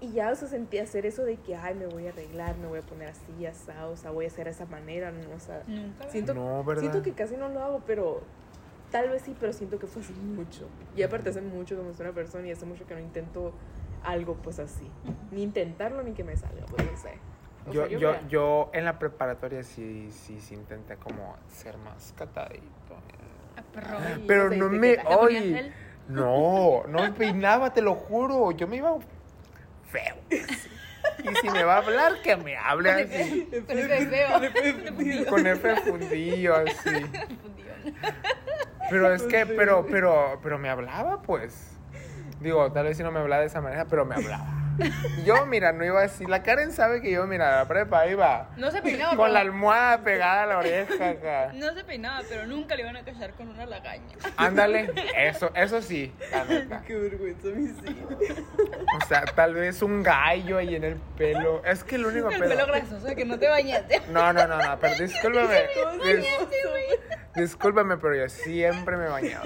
S1: Y ya, o sea, sentí hacer eso de que, ay, me voy a arreglar, me voy a poner así, asado, o sea, voy a hacer de esa manera, ¿no? o sea,
S3: Nunca.
S1: siento,
S2: No, ¿verdad?
S1: siento que casi no lo hago, pero tal vez sí, pero siento que fue hace mucho. Y aparte hace mucho que me soy una persona y hace mucho que no intento algo pues así. Ni intentarlo ni que me salga, pues no sé. O
S2: Yo,
S1: sea,
S2: yo,
S1: me-
S2: yo en la preparatoria sí, sí, sí intenté como ser más catadito.
S3: Ah,
S2: Pero
S1: sí,
S2: no
S1: sí, que
S2: me...
S3: te ponías
S2: ¡Ay!
S3: gel.
S2: No, no me peinaba, te lo juro. Yo me iba feo. Y si me va a hablar, que me hable así.
S3: Con ese feo.
S2: Con F fundillo, así. Pero es que, pero, pero, pero me hablaba, pues. Digo, tal vez si no me hablaba de esa manera, pero me hablaba. Yo, mira, no iba a decir. La Karen sabe que yo, mira, a la prepa iba.
S3: No se peinaba.
S2: Con la
S3: pero-
S2: almohada pegada a la oreja acá.
S3: No se peinaba, pero nunca le iban a casar con una lagaña.
S2: Ándale, eso, eso sí. la neta.
S1: Qué vergüenza, mi sí.
S2: O sea, tal vez un gallo ahí en el pelo. Es que el único
S3: El
S2: pedo.
S3: pelo grasoso, que no te bañaste.
S2: No, no, no, no, pero discúlpame. Dis-
S1: Súper-
S2: discúlpame, pero yo siempre me bañaba.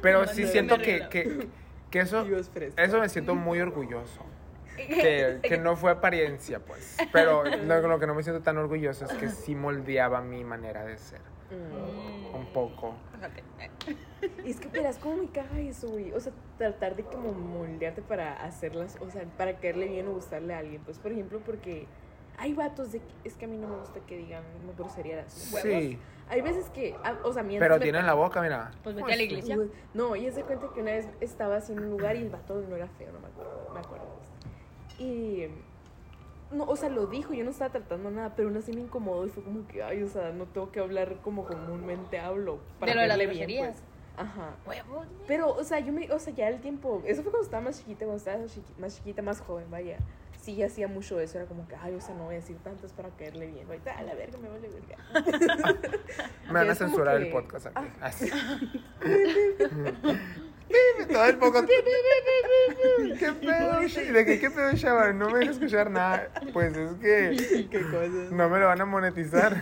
S2: Pero sí
S3: Cuando
S2: siento
S3: me
S2: que, que, que eso,
S1: Dios fresco.
S2: eso me siento muy orgulloso. Que, que no fue apariencia, pues. Pero lo, lo que no me siento tan orgulloso es que sí moldeaba mi manera de ser.
S1: Mm.
S2: Un poco.
S3: Fíjate.
S1: Y es que verás cómo me caga eso, güey. O sea, tratar de como moldearte para hacerlas, o sea, para caerle bien o gustarle a alguien. Pues, por ejemplo, porque hay vatos de que- es que a mí no me gusta que digan una grosería de las huevos.
S2: Sí.
S1: Hay veces que, ah, o sea, mientras
S2: Pero
S1: me-
S2: tienen la boca,
S1: Ah,
S2: mira.
S3: Pues vete a la iglesia.
S1: No, y se cuenta que una vez estaba así en un lugar y el vato no era feo, no me acuerdo. Me acuerdo. Y. No, o sea, lo dijo, yo no estaba tratando nada, pero aún así me incomodó y fue como que, ay, o sea, no tengo que hablar como comúnmente hablo.
S3: De lo de las
S1: verle bien,
S3: groserías.
S1: pues. Ajá.
S3: Huevos, güey.
S1: Pero, o sea, yo me, o sea, ya el tiempo, eso fue cuando estaba más chiquita, cuando estaba chiqui- más chiquita, más joven, vaya. Sí, ya hacía mucho eso, era como que, ay, o sea, no voy a decir tantas para caerle bien. Ahorita, a la verga, me vale verga.
S2: Me van a
S1: Es como
S2: censurar
S1: que-
S2: el podcast aquí.
S1: Ah.
S2: Así. Todo el podcast. ¿Qué pedo? Sha- ¿De qué, qué pedo, Shaban? No me dejas escuchar nada. Pues es que
S1: Qué cosas.
S2: no me lo van a monetizar.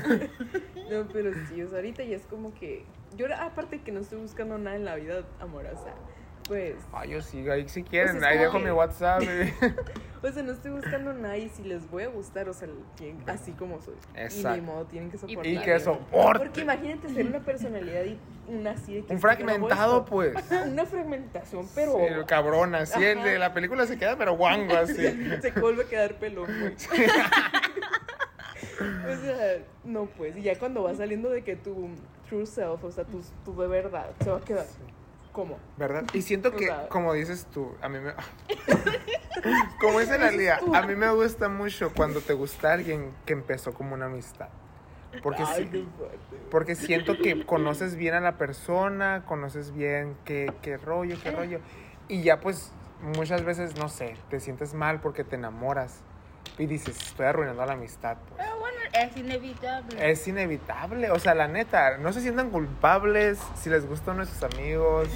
S1: No, pero sí, o sea, ahorita ya es como que. Yo, ahora, aparte que no estoy buscando nada en la vida amorosa, pues.
S2: Ay, yo sí, ahí si quieren.
S1: Pues es como
S2: ahí dejo
S1: que-
S2: mi WhatsApp. eh. y-
S1: O sea, no estoy buscando nada y si les voy a gustar, o sea, tienen- así como soy. Y ni
S2: Exacto.
S1: modo, tienen que soportar.
S2: Y que soporte.
S1: Porque imagínate ser una personalidad y una así de que.
S2: Un
S1: es que yo no
S2: fragmentado,
S1: voy
S2: pues.
S1: a- Una fragmentación, pero.
S2: Sí, el cabrón, así. El
S1: Ajá.
S2: de la película se queda, pero guango, así.
S1: se vuelve a quedar pelón, güey. o sea, no, pues. Y ya cuando va saliendo de que tu true self, o sea, tu, tu de verdad, se va a quedar. ¿Cómo?
S2: ¿Verdad? Y siento que,
S1: Claro.
S2: como dices tú, a mí me... como dice la Lía, a mí me gusta mucho cuando te gusta alguien que empezó como una amistad. Porque,
S1: Ay,
S2: sí-
S1: qué fuerte.
S2: porque siento que conoces bien a la persona, conoces bien qué, qué rollo, qué rollo. Y ya pues muchas veces, no sé, te sientes mal porque te enamoras. Y dices, estoy arruinando la amistad. pues".
S3: Pero bueno, es inevitable.
S2: Es inevitable, o sea, la neta, no se sientan culpables si les gustan nuestros amigos.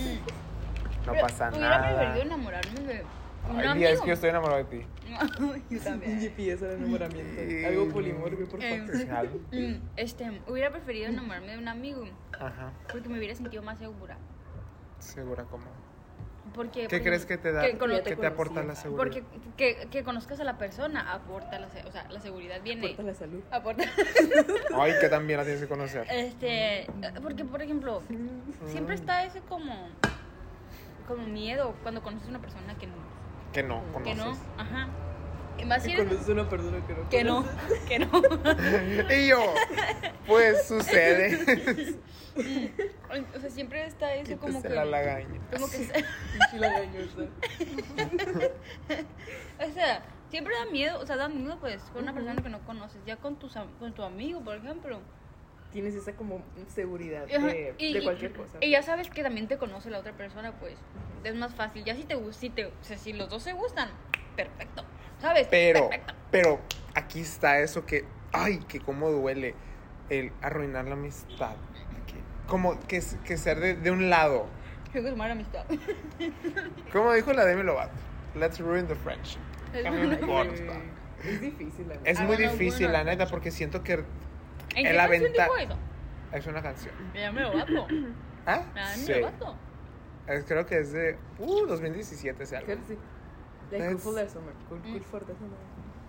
S2: No
S3: Pero
S2: pasa
S3: hubiera
S2: nada.
S3: preferido enamorarme de un
S2: Ay,
S3: amigo.
S2: Lía, es que yo estoy enamorado de ti.
S3: No, yo también.
S1: GPS era enamoramiento. Algo polimorfio, por
S3: Eh,
S1: favor.
S2: Chal.
S3: Mm, Este, hubiera preferido enamorarme de un amigo
S2: Ajá,
S3: porque me hubiera sentido más segura.
S2: segura como.
S3: Porque,
S2: ¿Qué
S3: por
S2: crees
S3: ejemplo,
S2: que te da?
S3: que con-
S1: Ya
S2: ¿Qué
S1: te
S2: te aporta
S1: conocí.
S2: la seguridad?
S3: Porque que, que conozcas a la persona aporta la, se- o sea, la seguridad viene.
S1: Aporta la salud.
S3: Aporta.
S2: Ay, que también la tienes que conocer.
S3: Este, porque por ejemplo, siempre está ese como como miedo cuando conoces a una persona que no,
S2: Que no,
S3: que
S2: conoces.
S3: no, ajá. Y más si
S1: Y
S3: eres-
S1: conoces a una persona que no
S3: que no,
S1: conoces.
S3: que no.
S2: Y yo, pues sucede.
S3: O sea, siempre está eso como
S2: Quítese
S3: que
S2: la lagaña.
S3: como que
S1: Y la gañosa.
S3: o sea, siempre da miedo, o sea, da miedo pues con una persona que no conoces, ya con tus am- con tu amigo, por ejemplo.
S1: Tienes esa como seguridad
S3: Ajá,
S1: de, de cualquier cosa.
S3: y ya sabes que también te conoce la otra persona, pues es más fácil. Ya si te gusta, si, te, o sea, si los dos se gustan, perfecto. ¿Sabes?
S2: Pero,
S3: Perfecto.
S2: pero aquí está eso que, ay, que cómo duele el arruinar la amistad. Que- Como que, s- que ser de, de un lado.
S3: Creo que es mala amistad.
S2: Como dijo la Demi Lovato, let's ruin the friendship. Que a mí me importa.
S1: Eh, Es difícil, la
S2: Es
S1: verdad.
S3: I
S2: muy
S3: wanna
S2: difícil,
S3: ruin
S2: la
S3: our
S2: neta, porque siento que
S3: ¿En
S2: El
S3: qué canción
S2: aventa-
S3: dijo eso?
S2: es una canción.
S3: Me llamo Lovato.
S2: ¿Ah?
S3: Me llamo
S2: Es- creo que es de uh, 2017 ese álbum.
S1: Sí. Like, good
S2: That's-
S1: for the summer. Good, good
S3: Mm.
S1: for the summer.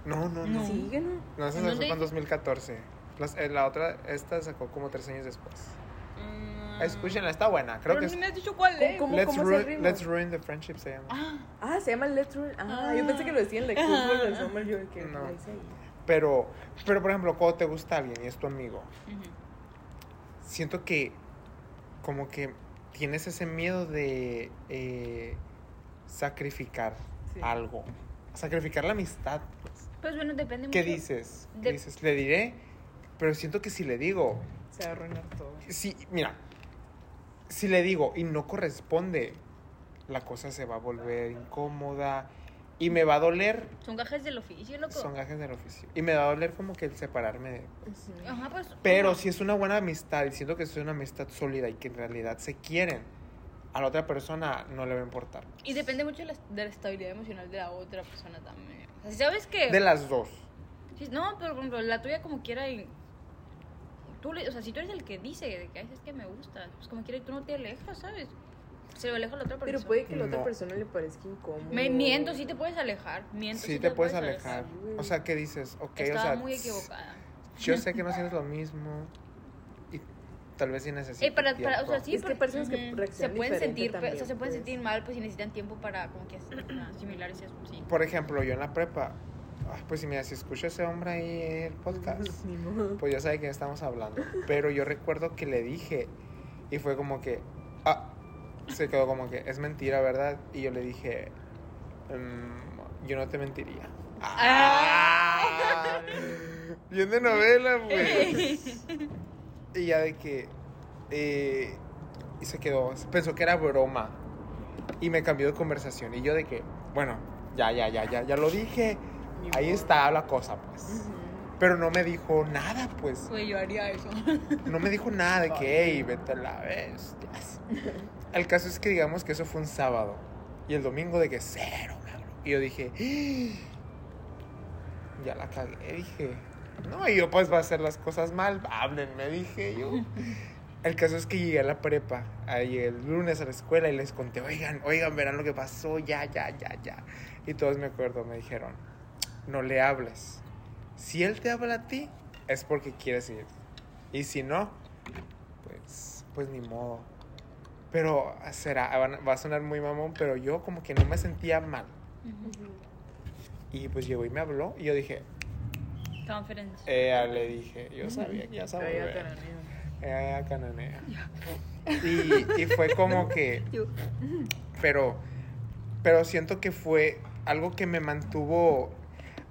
S2: No, no, no.
S3: No.
S1: Sí, gana.
S2: No, esa
S3: ¿En
S2: se
S3: dónde
S2: fue en
S3: dice?
S2: 2014. Las- eh, la otra, esta sacó como tres años después.
S3: Mm.
S2: Escúchenla, está buena. Creo
S3: Pero
S2: que
S3: ni
S2: es.
S3: me has dicho cuál
S1: ¿Cómo-
S3: es.
S1: cómo-
S2: Let's,
S1: es el
S2: ruin,
S1: ritmo?
S2: Let's Ruin the Friendship se llama.
S3: Ah,
S1: Ah, se llama Let's Run. Ah, yo pensé que lo decían like
S3: Ah.
S1: Good for the summer. Yo que
S2: No.
S1: lo hice ahí.
S2: Pero, pero, por ejemplo, cuando te gusta alguien y es tu amigo,
S3: ujú.
S2: siento que como que tienes ese miedo de eh, sacrificar
S1: Sí.
S2: algo. Sacrificar la amistad.
S3: Pues bueno, depende
S2: ¿Qué
S3: mucho.
S2: dices? ¿Qué
S3: de-
S2: dices? Le diré, pero siento que si le digo,
S1: Se va a arruinar todo.
S2: si, mira, si le digo y no corresponde, la cosa se va a volver incómoda y me va a doler.
S3: Son gajes del oficio, loco.
S2: Son gajes del oficio. Y me va a doler como que el separarme de,
S3: Ajá, pues.
S2: Pero si es una buena amistad y siento que es una amistad sólida y que en realidad se quieren, a la otra persona no le va a importar.
S3: Y depende mucho de la, de la estabilidad emocional de la otra persona también. O sea, si sabes que.
S2: De las dos.
S3: si- no, pero por ejemplo, la tuya como quiera. y- tú le- o sea, si tú eres el que dice de que "Ay, es que me gusta, pues como quiera y tú no te alejas, ¿sabes? Se lo aleja a la otra persona.
S1: Pero puede que a la otra
S2: No.
S1: persona le parezca incómodo.
S3: Me miento, sí te puedes alejar. Miento,
S2: Sí te puedes alejar.
S1: alejar.
S2: O sea, ¿qué dices? Ok,
S3: Estaba
S2: o sea,
S3: muy
S2: tss,
S3: equivocada.
S2: yo sé que no sientes lo mismo y tal vez sí pues. necesitas
S3: Eh, para, para- o sea, sí,
S1: Es que hay personas que
S3: ujú, se
S1: reaccionan
S3: pueden
S1: diferente
S3: sentir, pe- o sea,
S1: también,
S3: se pueden
S1: pues.
S3: sentir mal, pues si necesitan tiempo para como que asimilar ese sí.
S2: Por ejemplo, yo en la prepa, ay, pues mira, si escucho a ese hombre ahí en el podcast,
S1: Ni modo.
S2: pues ya sabe de quién estamos hablando. Pero yo recuerdo que le dije y fue como que, ah, se quedó como que, es mentira, ¿verdad? Y yo le dije, "Mm, yo no te mentiría. Ah. Bien de novela, pues. y ya de que, eh, y se quedó, pensó que era broma. Y me cambió de conversación. Y yo de que, bueno, ya, ya, ya, ya, ya lo dije.
S1: Ni
S2: Ahí
S1: modo.
S2: está la cosa, pues.
S1: Ujú.
S2: Pero no me dijo nada, pues.
S3: Güey, yo haría eso.
S2: No me dijo nada de que, hey, vete a la bestia. El caso es que digamos que eso fue un sábado. Y el domingo de que cero, me habló. Y yo dije, "Ah". ya la cagué, dije. No, y yo pues va a hacer las cosas mal, háblenme, dije yo. El caso es que llegué a la prepa, ahí llegué el lunes a la escuela y les conté, oigan, oigan, verán lo que pasó, ya, ya, ya, ya. Y todos me acuerdo, me dijeron, no le hables. Si él te habla a ti, es porque quieres ir. Y si no, pues, pues ni modo. Pero será, van- va a sonar muy mamón, pero yo como que no me sentía mal. Y pues llegó y me habló y yo dije,
S3: Conference.
S2: ella le dije, yo sabía que ya sabía.
S1: Ay, ya cananeo.
S2: Ella ya Eh, cananea. Y, y fue como que,
S5: Yo.
S2: pero, pero siento que fue algo que me mantuvo,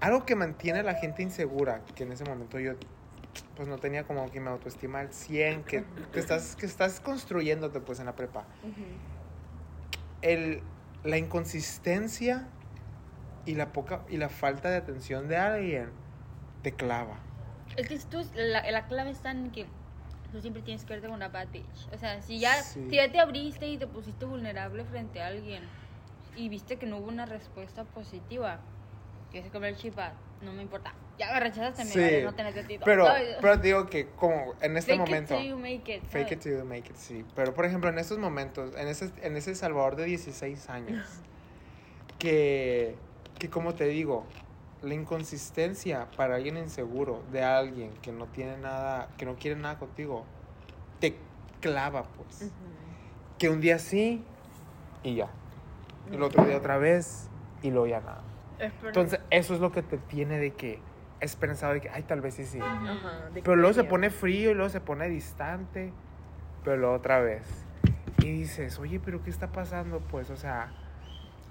S2: algo que mantiene a la gente insegura, que en ese momento yo pues no tenía como que mi autoestima al 100, que, que estás, que estás construyéndote pues en la prepa.
S1: Ujú.
S2: el, la inconsistencia y la poca y la falta de atención de alguien te clava.
S3: Es que si tú, la, la clave está en que tú siempre tienes que verte con una bad bitch. O sea, si ya,
S2: Sí.
S3: si ya te abriste y te pusiste vulnerable frente a alguien y viste que no hubo una respuesta positiva, tienes que comer el chip ah, no me importa. Ya me rechazaste, me
S2: Sí,
S3: vale, no tenés sentido.
S2: Pero,
S3: ¿sabes?
S2: pero digo que como en este
S3: Fake
S2: momento.
S3: It till you make it,
S2: Fake
S3: ¿sabes?
S2: it till you make it, sí. Pero por ejemplo, en estos momentos, en ese, en ese Salvador de 16 años, que, que como te digo, la inconsistencia para alguien inseguro, de alguien que no tiene nada, que no quiere nada contigo, te clava pues.
S1: Mm.
S2: que un día sí y ya. Y el otro día otra vez y luego ya nada. Entonces, eso es lo que te tiene de que es pensado de que, ay, tal vez sí, sí.
S1: Ajá, de
S2: Pero luego se
S1: que-
S2: pone frío y luego se pone distante, pero luego otra vez. Y dices, oye, pero ¿qué está pasando? Pues, o sea,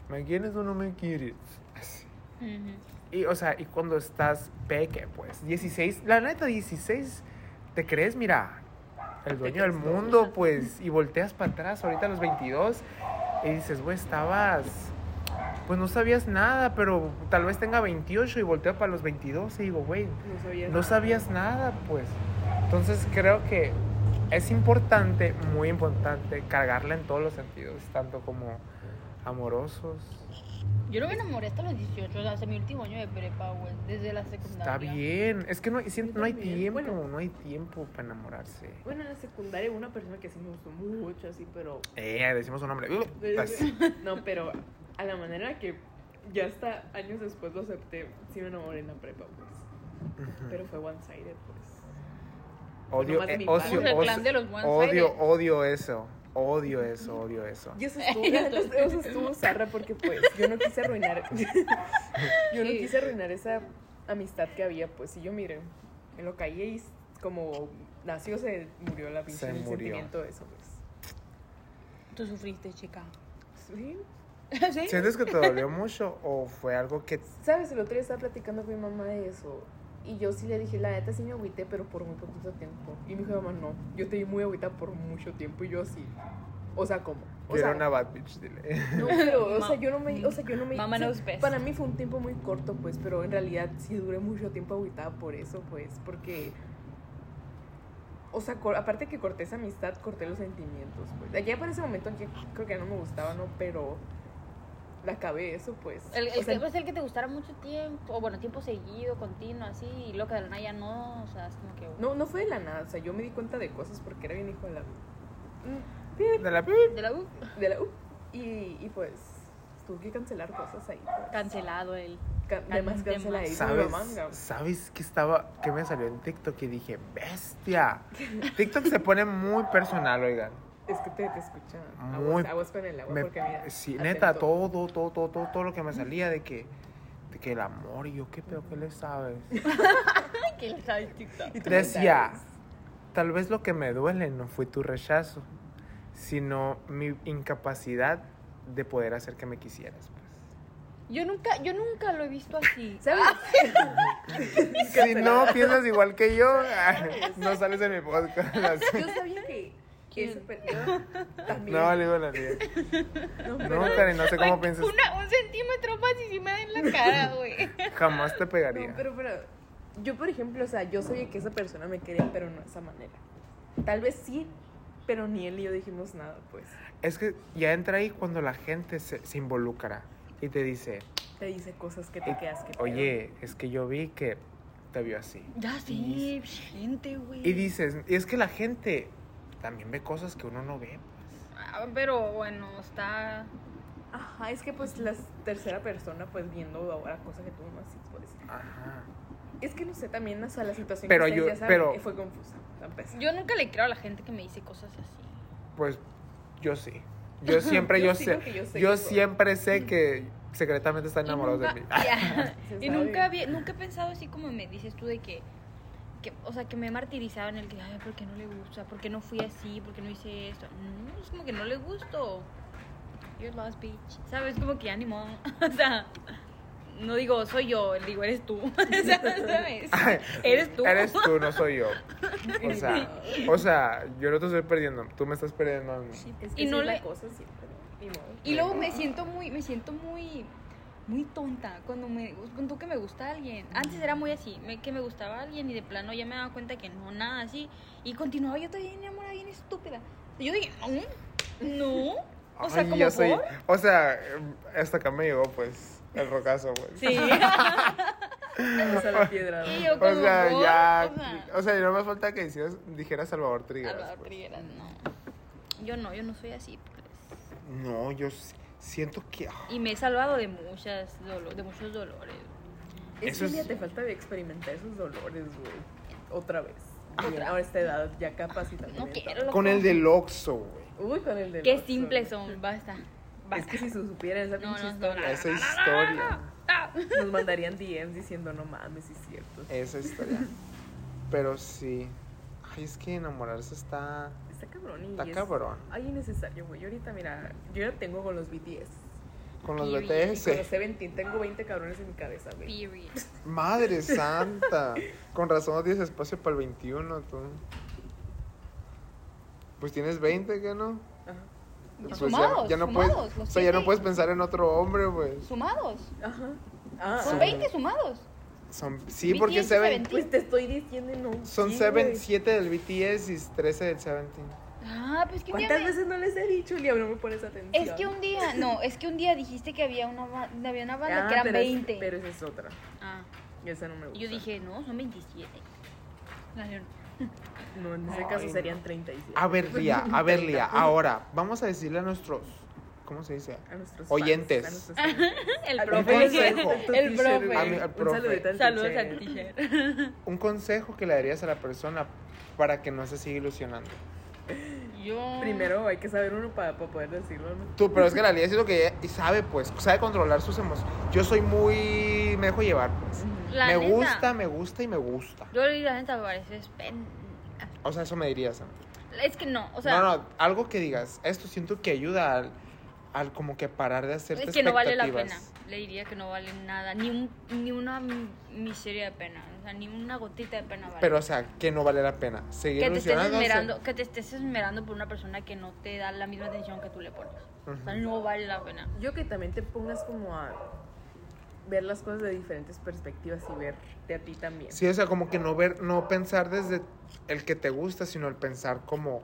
S2: ¿me quieres o no me quieres? Así.
S3: Ujú.
S2: Y, o sea, y cuando estás peque, pues, 16, la neta, 16, ¿te crees? Mira, el dueño del mundo, pues, y volteas para atrás, ahorita a los 22, y dices, güey, estabas, pues no sabías nada, pero tal vez tenga 28 y volteo para los 22 y digo, güey,
S1: No sabía.
S2: no sabías nada, pues. Entonces creo que es importante, muy importante, cargarla en todos los sentidos, tanto como amorosos.
S3: Yo no me enamoré hasta los 18, o sea, hasta mi último año de prepa, güey, desde la secundaria.
S2: Está bien, es que no, si-
S1: Yo
S2: no hay
S1: también.
S2: tiempo,
S1: Bueno.
S2: no hay tiempo para enamorarse.
S1: Bueno, en la secundaria hubo una persona que sí me gustó mucho, así, pero.
S2: Eh, decimos un nombre. No,
S1: No, pero a la manera que ya hasta años después lo acepté. Sí me enamoré en la prepa, pues. Pero fue one-sided, pues.
S2: Odio,
S1: nomás
S2: eh,
S1: mi
S2: ocio-
S1: padre.
S3: El plan de los
S2: ocio-
S3: one-sided.
S2: odio, odio eso. Odio eso, odio eso.
S1: Y eso estuvo, la neta, eso estuvo zarra porque pues yo no quise arruinar yo no
S5: Sí.
S1: quise arruinar esa amistad que había pues y yo miren en lo caí y como nació se murió la pinche
S2: Se
S1: el
S2: murió.
S1: sentimiento de eso pues
S3: Tú sufriste, chica.
S1: Sí.
S3: ¿Sí?
S2: ¿Sientes que te dolió mucho o fue algo que...
S1: sabes el otro día estaba platicando con mi mamá de eso y yo sí le dije la neta sí me agüité pero por muy poquito tiempo y me dijo mamá no yo te vi muy agüita por mucho tiempo y yo así o sea cómo o
S2: Era
S1: sea,
S2: una bad bitch, dile.
S1: No, pero, o
S3: Ma-
S1: sea, yo no me. O sea, yo no me.
S3: Mama
S1: sí,
S3: knows best.
S1: Para mí fue un tiempo muy corto, pues, pero en realidad sí duré mucho tiempo agüitada por eso, pues, porque. O sea, cor- aparte que corté esa amistad, corté los sentimientos, pues. Ya para ese momento ya creo que ya no me gustaba, ¿no? Pero. La acabé eso, pues.
S3: El, el
S1: O sea,
S3: que, pues, el que te gustara mucho tiempo, o bueno, tiempo seguido, continuo, así, y loca de la nada ya no, o sea, es como que...
S1: no, no fue de la nada, o sea, yo me di cuenta de cosas porque era bien hijo de la. mm,
S2: De la...
S3: De la U,
S1: De la. uh, y, y pues. Tuve que cancelar cosas ahí. Pues.
S3: cancelado el...
S1: Ca- Además,
S3: Demás.
S1: canceladísimo la
S2: ¿Sabes,
S1: manga.
S2: ¿Sabes qué estaba, que me salió en TikTok y dije, bestia? TikTok se pone muy personal, oigan.
S1: Es que te, te escucha. Aguas,
S2: Muy-
S1: aguas con el agua
S2: Me-
S1: porque mira.
S2: sí,
S1: atento.
S2: neta, todo, todo, todo, todo, todo lo que me salía de que, de que el amor, y yo, ¿qué pedo que le sabes?
S3: Ay, que le sabes TikTok.
S1: Y tú
S2: Decía,
S1: mentabas.
S2: tal vez lo que me duele no fue tu rechazo, sino mi incapacidad de poder hacer que me quisieras. pues".
S3: Yo nunca, yo nunca lo he visto así.
S1: ¿Sabes?
S2: Si no piensas igual que yo, no sales de mi podcast.
S1: Yo sabía que. que
S3: ¿Quién?
S1: ese per- yo también.
S2: No, le digo la mía.
S1: No,
S2: No,
S1: pero-
S2: Karen, no sé cómo
S3: Ay,
S2: piensas.
S3: una- un centímetro más y si me da en la cara, güey.
S2: Jamás te pegaría.
S1: no, pero, pero. Yo, por ejemplo, o sea, yo sabía que esa persona me quería, pero no de esa manera. Tal vez sí, pero ni él y yo dijimos nada, pues.
S2: Es que ya entra ahí cuando la gente se, se involucra y te dice,
S1: Te dice cosas que te
S2: Eh,
S1: quedas que.
S2: oye, es que yo vi que te vio así.
S3: Ya sí, gente, güey.
S2: Y dices, y es que la gente también ve cosas que uno no ve.
S3: Ah, pero bueno, está...
S1: Ajá, es que pues la tercera persona, pues viendo ahora cosas que tú no haces, pues.
S2: Ajá.
S1: Es que no sé también, o sea, la situación
S2: Pero
S1: que ustedes
S2: yo-
S1: ya saben,
S2: pero-
S1: eh, fue confusa. para empezar.
S3: Yo nunca le creo a la gente que me dice cosas así.
S2: Pues yo sí. Yo siempre,
S1: Yo
S2: yo,
S1: sí
S2: sé.
S1: creo que yo sé
S2: yo
S1: que-
S2: siempre sé que secretamente están enamorados
S3: nunca,
S2: de mí.
S3: Ya.
S1: Se
S3: y
S1: sabe.
S3: nunca, había, nunca he pensado así como me dices tú de que, que, o sea, que me he martirizado en el que, ay, ¿por qué no le gusta? ¿Por qué no fui así? ¿Por qué no hice esto? No, es como que no le gusto. You're lost, bitch. ¿Sabes? Como que ánimo. O sea, no digo soy yo, digo eres tú. O sea, ¿sabes? Eres tú.
S2: Eres tú, no soy yo. O sea, o sea, yo no te estoy perdiendo, tú me estás perdiendo a mí.
S1: Es sí
S3: Y no
S1: es la
S3: le-
S1: cosa siempre. Ni modo.
S3: Y luego me siento muy, me siento muy, muy tonta cuando me, cuando que me gusta alguien. Antes era muy así, me- que me gustaba alguien y de plano ya me daba cuenta que no, nada así. Y continuaba yo todavía enamorada, bien estúpida. Y yo dije, no, no. O sea,
S2: Ay,
S3: como
S2: yo soy-
S3: por.
S2: O sea, em, hasta acá me llegó, pues, el rocazo, pues.
S3: Sí.
S1: Esa la piedra. ¿no?
S3: y yo
S2: O
S3: como
S2: sea,
S3: por,
S2: ya.
S3: o sea,
S2: O sea, y no me falta que hicieras, dijera Salvador Trigueras.
S3: Salvador
S2: pues.
S3: Trigueras, no. Yo no, yo no soy así. pues.
S2: No, yo s- siento que. ah,
S3: Y me he salvado de muchas dolo- de muchos dolores.
S1: Es
S2: Eso
S1: que ya
S2: es-
S1: te falta de experimentar esos dolores, güey. Otra vez. Bien, Ahora a esta edad ya capacitada.
S3: No quiero.
S2: Con el del Oxxo, güey.
S1: Uy, con el de
S3: Qué simples son, basta.
S1: Es
S3: Basta.
S1: que si se supieran esa
S3: No,
S1: pinche
S3: no, no,
S1: historia,
S3: nada.
S2: Esa historia.
S1: nos mandarían DMs diciendo, no mames, sí es cierto.
S2: Esa historia. Pero sí. Ay, es que enamorarse está.
S1: Está cabrón y
S2: Está
S1: es-
S2: cabrón.
S1: Ay, innecesario, güey. Yo ahorita, mira, yo ya tengo con los BTS.
S2: Con los
S3: Period.
S1: Y Con los
S2: BTS.
S1: Seventeen tengo 20 cabrones en mi cabeza, güey.
S3: Period.
S2: Pues Madre santa. Con razón no tienes espacio para el 21, tú. Pues tienes 20, ¿qué no?
S1: Ajá.
S2: Pues
S3: Sumados,
S2: ya, ya no
S3: sumados,
S2: puedes,
S3: los
S2: o sea, ya no
S3: siete.
S2: puedes pensar en otro hombre, pues.
S3: Sumados.
S1: Ajá. Ah,
S3: Son
S1: ah.
S3: 20 sumados.
S2: Son, sí, porque
S3: BTS
S2: Seven,
S3: 17.
S1: Pues te estoy diciendo, no.
S2: son
S1: sí,
S2: seven,
S1: güey.
S2: 7 del BTS y 13 del Seventeen.
S3: Ah, pues que un día.
S1: ¿Cuántas
S3: me-
S1: veces no les he dicho, Liam? No me pones atención.
S3: Es que un día, no, es que un día dijiste que había una, ba- había una banda que eran
S1: Ah, pero es-
S3: 20.
S1: pero esa es otra.
S3: Ah,
S1: Y esa no me
S3: y
S1: gusta.
S3: yo dije, no, son 27. La Leona.
S1: No, en ese
S2: Ay,
S1: caso
S2: no.
S1: serían 37.
S2: A ver, Lía, a ver, Lía, ahora vamos a decirle a nuestros ¿cómo se dice?
S1: A nuestros fans,
S2: Oyentes.
S1: a nuestros fans.
S3: El
S1: Al
S3: profe.
S2: consejo.
S3: El profe.
S2: A mi- al
S1: Un
S2: profe.
S1: saludito al
S3: Saludos a
S1: teacher.
S3: ti, teacher.
S2: Un consejo que le darías a la persona para que no se siga ilusionando.
S3: Yo.
S1: Primero hay que saber uno para, poder decirlo, ¿no?
S2: Tú, pero es que la Lía es lo que ella- y sabe, pues, sabe controlar sus emociones. Yo soy muy. Me dejo llevar, pues.
S3: La
S2: me
S3: neta,
S2: gusta, me gusta y me gusta.
S3: Yo le digo a la gente a veces. "Ven".
S2: O sea, eso me dirías. ¿no?
S3: Es que no, o sea.
S2: no, no, algo que digas. Esto siento que ayuda al, al como que parar de hacerte
S3: Es que no vale la pena.
S2: expectativas.
S3: Le diría que no vale nada, ni, un, ni una m- miseria de pena, o sea, ni una gotita de pena vale.
S2: Pero, o sea, que no vale la pena. Seguir
S3: que te estés
S2: ilusionándose.
S3: esmerando, que te estés esmerando por una persona que no te da la misma atención que tú le pones. O sea,
S2: Ujú.
S3: no vale la pena.
S1: Yo que también te pongas como a ver las cosas de diferentes perspectivas y verte a ti también.
S2: Sí, o sea, como que no ver, no pensar desde el que te gusta, sino el pensar como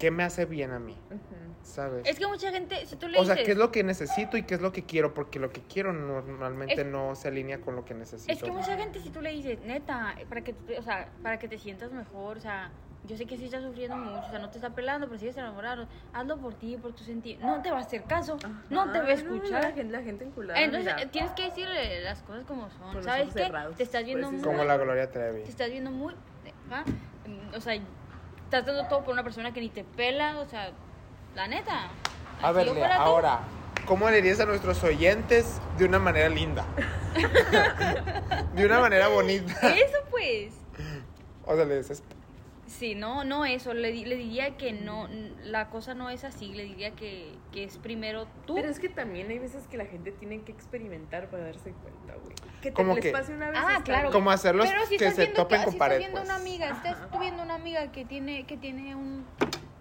S2: qué me hace bien a mí,
S1: Ujú.
S2: ¿sabes?
S3: Es que mucha gente, si tú le
S2: o sea,
S3: dices,
S2: qué es lo que necesito y qué es lo que quiero, porque lo que quiero normalmente
S3: Es-
S2: no se alinea con lo que necesito.
S3: es que mucha gente si tú le dices, neta, para que, te- o sea, para que te sientas mejor, o sea, yo sé que sí estás sufriendo mucho, o sea, no te está pelando, pero sigues enamorado, hazlo por ti, por tu sentido. No te va a hacer caso, no te va
S1: Ajá,
S3: a
S1: La
S3: escuchar.
S1: gente, la gente enculada.
S3: Entonces
S1: mira.
S3: eh, tienes que decirle las cosas como son.
S1: Con los
S3: ¿Sabes
S1: ojos
S3: qué?
S1: cerrados, pues,
S3: Te estás viendo
S1: puedes
S3: muy.
S2: Como la Gloria Trevi.
S3: Te estás viendo muy. ¿va? Mm, O sea, estás dando todo por una persona que ni te pela. O sea, la neta.
S2: A
S3: Así
S2: ver,
S3: yo
S2: Lea,
S3: fuera tú,
S2: ahora, ¿cómo le dirías a nuestros oyentes de una manera linda? de una manera bonita.
S3: Eso pues.
S2: O sea, le dices,
S3: Sí, no, no eso. Le, di- le diría que no. n- La cosa no es así. Le diría que, que es primero tú.
S1: Pero es que también hay veces que la gente tiene que experimentar para darse cuenta, güey. Que te
S2: Como
S1: les
S2: que-
S1: pase una vez.
S3: Ah,
S1: está
S3: claro.
S1: bien.
S2: como hacerlos
S3: Pero si
S2: que
S3: estás
S2: se
S3: viendo
S2: topen
S3: que-
S2: con
S3: si
S2: pared,
S3: estás viendo
S2: pues.
S3: una amiga, estás tú viendo una amiga que tiene que tiene un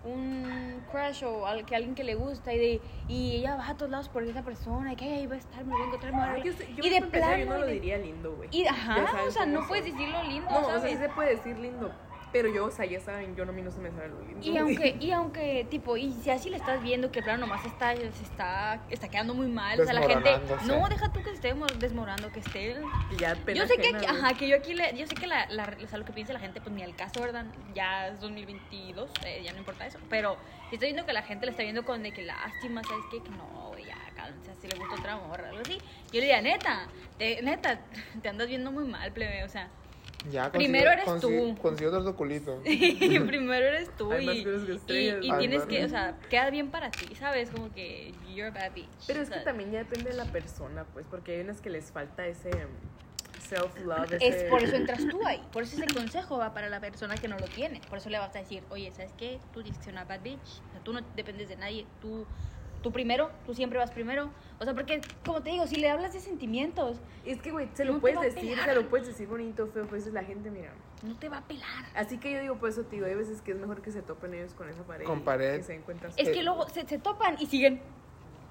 S3: un crush o al, que alguien que le gusta y de y ella va a todos lados por esa persona y que "Ay, ahí va a estar, me lo voy a encontrar, me voy a
S1: Ah,
S3: arreglar".
S1: yo, sé- yo
S3: y de
S1: para empezar,
S3: plano
S1: yo no lo
S3: y de-
S1: diría lindo, güey.
S3: y
S1: Ya
S3: ajá,
S1: saben
S3: o sea,
S1: cómo
S3: no
S1: son.
S3: puedes decirlo lindo,
S1: No, o sea,
S3: ¿sabes?
S1: sí se puede decir lindo. Pero yo, o sea, ya saben, yo no, a mí no se me sale lo lindo.
S3: Y
S1: güey.
S3: aunque, y aunque, tipo, y si así le estás viendo que el plano nomás está, se está, está quedando muy mal, o sea, la gente,
S2: Desmoronándose.
S3: no, deja tú que se esté desmo- desmoronando, que esté
S1: Y ya pena
S3: yo sé que,
S1: ajena,
S3: aquí-
S1: güey.
S3: ajá, que yo aquí, le, yo sé que la, la- o sea, lo que piensa la gente, pues ni al caso, ¿verdad? Ya es 2022, eh, ya no importa eso. Pero si estoy viendo que la gente la está viendo con de que lástima, ¿sabes qué? Que no, güey, ya, cálmense, si le gusta otra morra, algo así. Yo le diría, neta, te, neta, te andas viendo muy mal, plebe, o sea,
S2: ya,
S3: Primero eres
S2: consigue-
S3: tú.
S2: Consigue otro tu culito.
S3: primero eres tú
S1: Hay
S3: y,
S1: más cruz que
S3: y,
S1: estrellas,
S3: y
S2: ¿no?
S3: tienes
S2: Ay,
S3: que,
S2: no.
S3: o sea, queda bien para ti, ¿sabes? Como que you're a bad bitch.
S1: Pero es
S3: o
S1: que
S3: sea,
S1: también ya depende de la persona, pues, porque hay unas que les falta ese mm, self-love.
S3: Es
S1: ese-
S3: por eso entras tú ahí. Por eso ese consejo va para la persona que no lo tiene. Por eso le vas a decir, oye, ¿sabes qué? Tú dices que eres una bad bitch. O sea, tú no dependes de nadie. Tú, tú primero, tú siempre vas primero. O sea, porque, como te digo, si le hablas de sentimientos,
S1: Es que, güey, se
S3: No
S1: lo
S3: te
S1: puedes
S3: va a
S1: decir,
S3: pegar.
S1: se lo puedes decir bonito, feo, pues es la gente, mira.
S3: no te va a pelar.
S1: Así que yo digo, por eso te digo, hay veces que es mejor que se topen ellos con esa pared.
S2: Con
S1: y
S2: pared.
S1: Que se den cuenta.
S3: Es
S2: Eh.
S3: que luego se, se topan y siguen,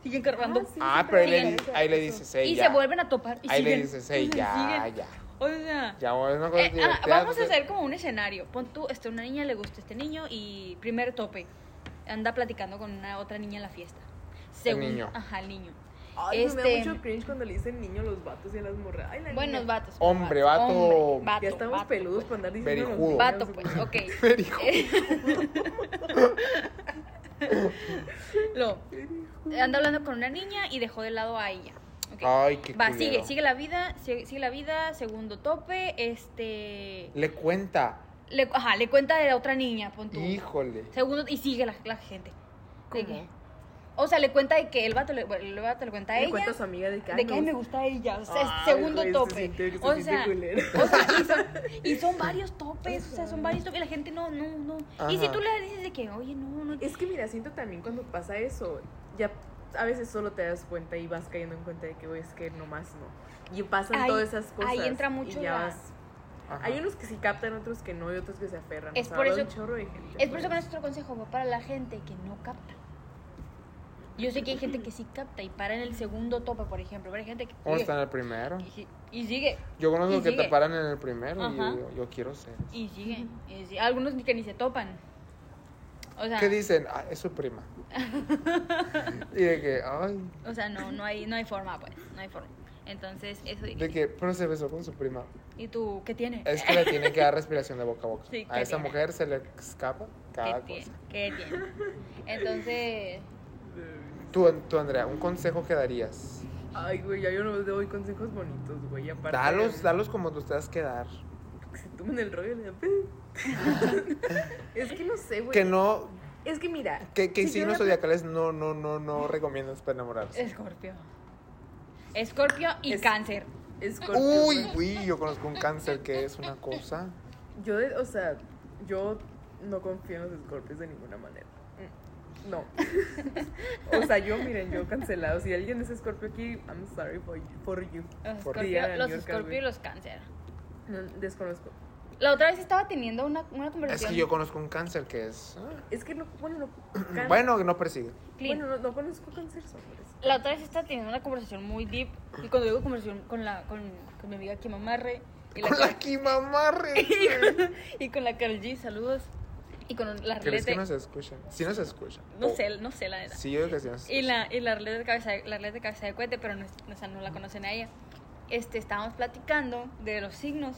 S3: siguen cargando.
S1: Ah, sí,
S2: ah,
S1: sí,
S2: pero ahí
S1: sí,
S2: le,
S1: sí,
S2: ahí le
S1: eso.
S2: dices, hey,
S3: y
S2: ya.
S3: se vuelven a topar y
S2: Ahí le
S3: siguen.
S2: dices, hey,
S3: Siguen,
S2: ya,
S3: siguen.
S2: ya.
S3: O sea...
S2: Ya, bueno, una cosa
S3: eh,
S2: que
S3: ah,
S2: te-
S3: vamos a
S2: te-
S3: hacer como un escenario. Pon tú, este, una niña le gusta este niño y primer tope. Anda platicando con una otra niña en la fiesta.
S2: niño.
S3: Ajá, el niño.
S1: Ay, me da
S3: Este-
S1: mucho cringe cuando le dicen niño a los vatos y a las morras. Ay, la
S3: Buenos
S1: niña.
S3: vatos.
S2: Hombre,
S3: vatos,
S2: vato-
S3: hombre, vato,
S1: Ya estamos
S3: vato, pues.
S1: peludos para andar diciendo. los
S2: Verijudo.
S1: niños,
S3: Vato, pues,
S1: güey.
S3: ok.
S2: Perico.
S3: Lo, anda hablando con una niña y dejó de lado a ella. Ok.
S2: Ay, qué
S3: Va,
S2: culero.
S3: sigue, sigue la vida, sigue, sigue la vida, segundo tope, este...
S2: Le cuenta.
S3: Le, ajá, le cuenta de la otra niña, pon tú.
S2: Híjole.
S3: Segundo, y sigue la, la gente. De
S1: ¿Cómo?
S3: que- o sea, le cuenta de que el vato le, el vato le cuenta a
S1: Le
S3: ella.
S1: cuento a su amiga de que,
S3: de que ay, me
S1: gusta.
S3: gusta ella. O sea, es
S1: Ay,
S3: segundo
S1: güey, se
S3: tope.
S1: siente- se
S3: o
S1: siente
S3: sea,
S1: culero.
S3: o sea, y, son, y son varios topes. O sea, son varios topes. Y la gente no, no, no. Y si
S2: Ajá.
S3: tú le dices de que, oye, no, no.
S1: Es que mira, siento también cuando pasa eso, ya a veces solo te das cuenta y vas cayendo en cuenta de que, güey, es que nomás no. Y pasan
S3: Ahí-
S1: todas esas cosas.
S3: ahí entra
S1: y
S3: mucho
S1: ya
S3: la-
S1: vas-
S2: Ajá.
S1: Hay unos que sí captan, otros que no y otros que se aferran.
S3: Es
S1: O sea,
S3: por
S1: va
S3: eso-
S1: un chorro de gente,
S3: Es por
S1: pues.
S3: eso que nuestro consejo va para la gente que no capta. Yo sé que hay gente que sí capta y para en el segundo tope, por ejemplo. Pero hay gente que.
S2: ¿Cómo
S3: sigue,
S2: está en el primero?
S3: y si- Y sigue,
S2: Yo
S3: Y
S2: conozco que
S3: sigue.
S2: te paran en el primero y
S3: Ajá.
S2: yo digo, yo quiero ser.
S3: y sigue. y sigue. Algunos ni que ni se topan. O sea,
S2: ¿Qué dicen? Ah, es su prima. y de que, ay,
S3: o sea no, no, hay, no hay forma, pues. No hay forma. Entonces, eso.
S2: de que, pero se besó con su prima.
S3: ¿Y tú qué tiene?
S2: Es que le tienen que dar respiración de boca a boca.
S3: Sí,
S2: a
S3: que
S2: esa
S3: tiene.
S2: mujer se le escapa
S3: ¿Qué
S2: cada
S3: tiene?
S2: cosa.
S3: ¿Qué tiene? Entonces,
S2: Tú, tú, Andrea, un consejo que darías.
S1: Ay, güey, ya yo no les doy consejos bonitos, güey. y Aparte,
S2: Dalos, dalos como los tengas que dar.
S1: Que se tomen el rollo de... es que no sé, güey.
S2: Que no,
S1: Es que mira.
S2: que, que
S1: si yo
S2: signos
S1: la-
S2: zodiacales no, no, no, no recomiendas para enamorarse.
S3: Escorpio. Escorpio y
S1: Es-
S3: cáncer.
S1: Escorpio,
S2: Uy,
S1: güey.
S2: uy, yo conozco un cáncer que es una cosa.
S1: Yo, de- o sea, yo no confío en los escorpios de ninguna manera. Mm, No. o sea, yo, miren, yo cancelado. Si alguien es escorpio aquí, I'm sorry for you. For you.
S3: Los
S2: Por
S3: Escorpio,
S1: Diana
S3: los
S1: York,
S3: Escorpio y
S1: güey.
S3: los cáncer.
S1: No, desconozco.
S3: La otra vez estaba teniendo una, una
S2: Es
S3: conversación.
S2: que yo conozco un cáncer que es. ah,
S1: Es que no, bueno, no. can-
S2: Bueno, que no persigue.
S3: Clean.
S1: bueno, no, no conozco cáncer, son por eso.
S3: La otra vez estaba teniendo una conversación muy deep. Y cuando digo conversación con, la, con, con mi amiga Kim Amarre. Y la,
S2: Con la Kimamarre.
S3: y con la Carol G, saludos. Y con la
S2: ¿Crees
S3: Arlette.
S2: que nos escuchan? Sí nos escuchan.
S3: No sé, no sé la neta.
S2: Sí, yo creo que sí nos
S3: Y
S2: escuchan.
S3: la, y la Arlette de cabeza, la Arlette de, cabeza de cohete, pero no, es- o sea, no la conocen a ella. Este, estábamos platicando de los signos.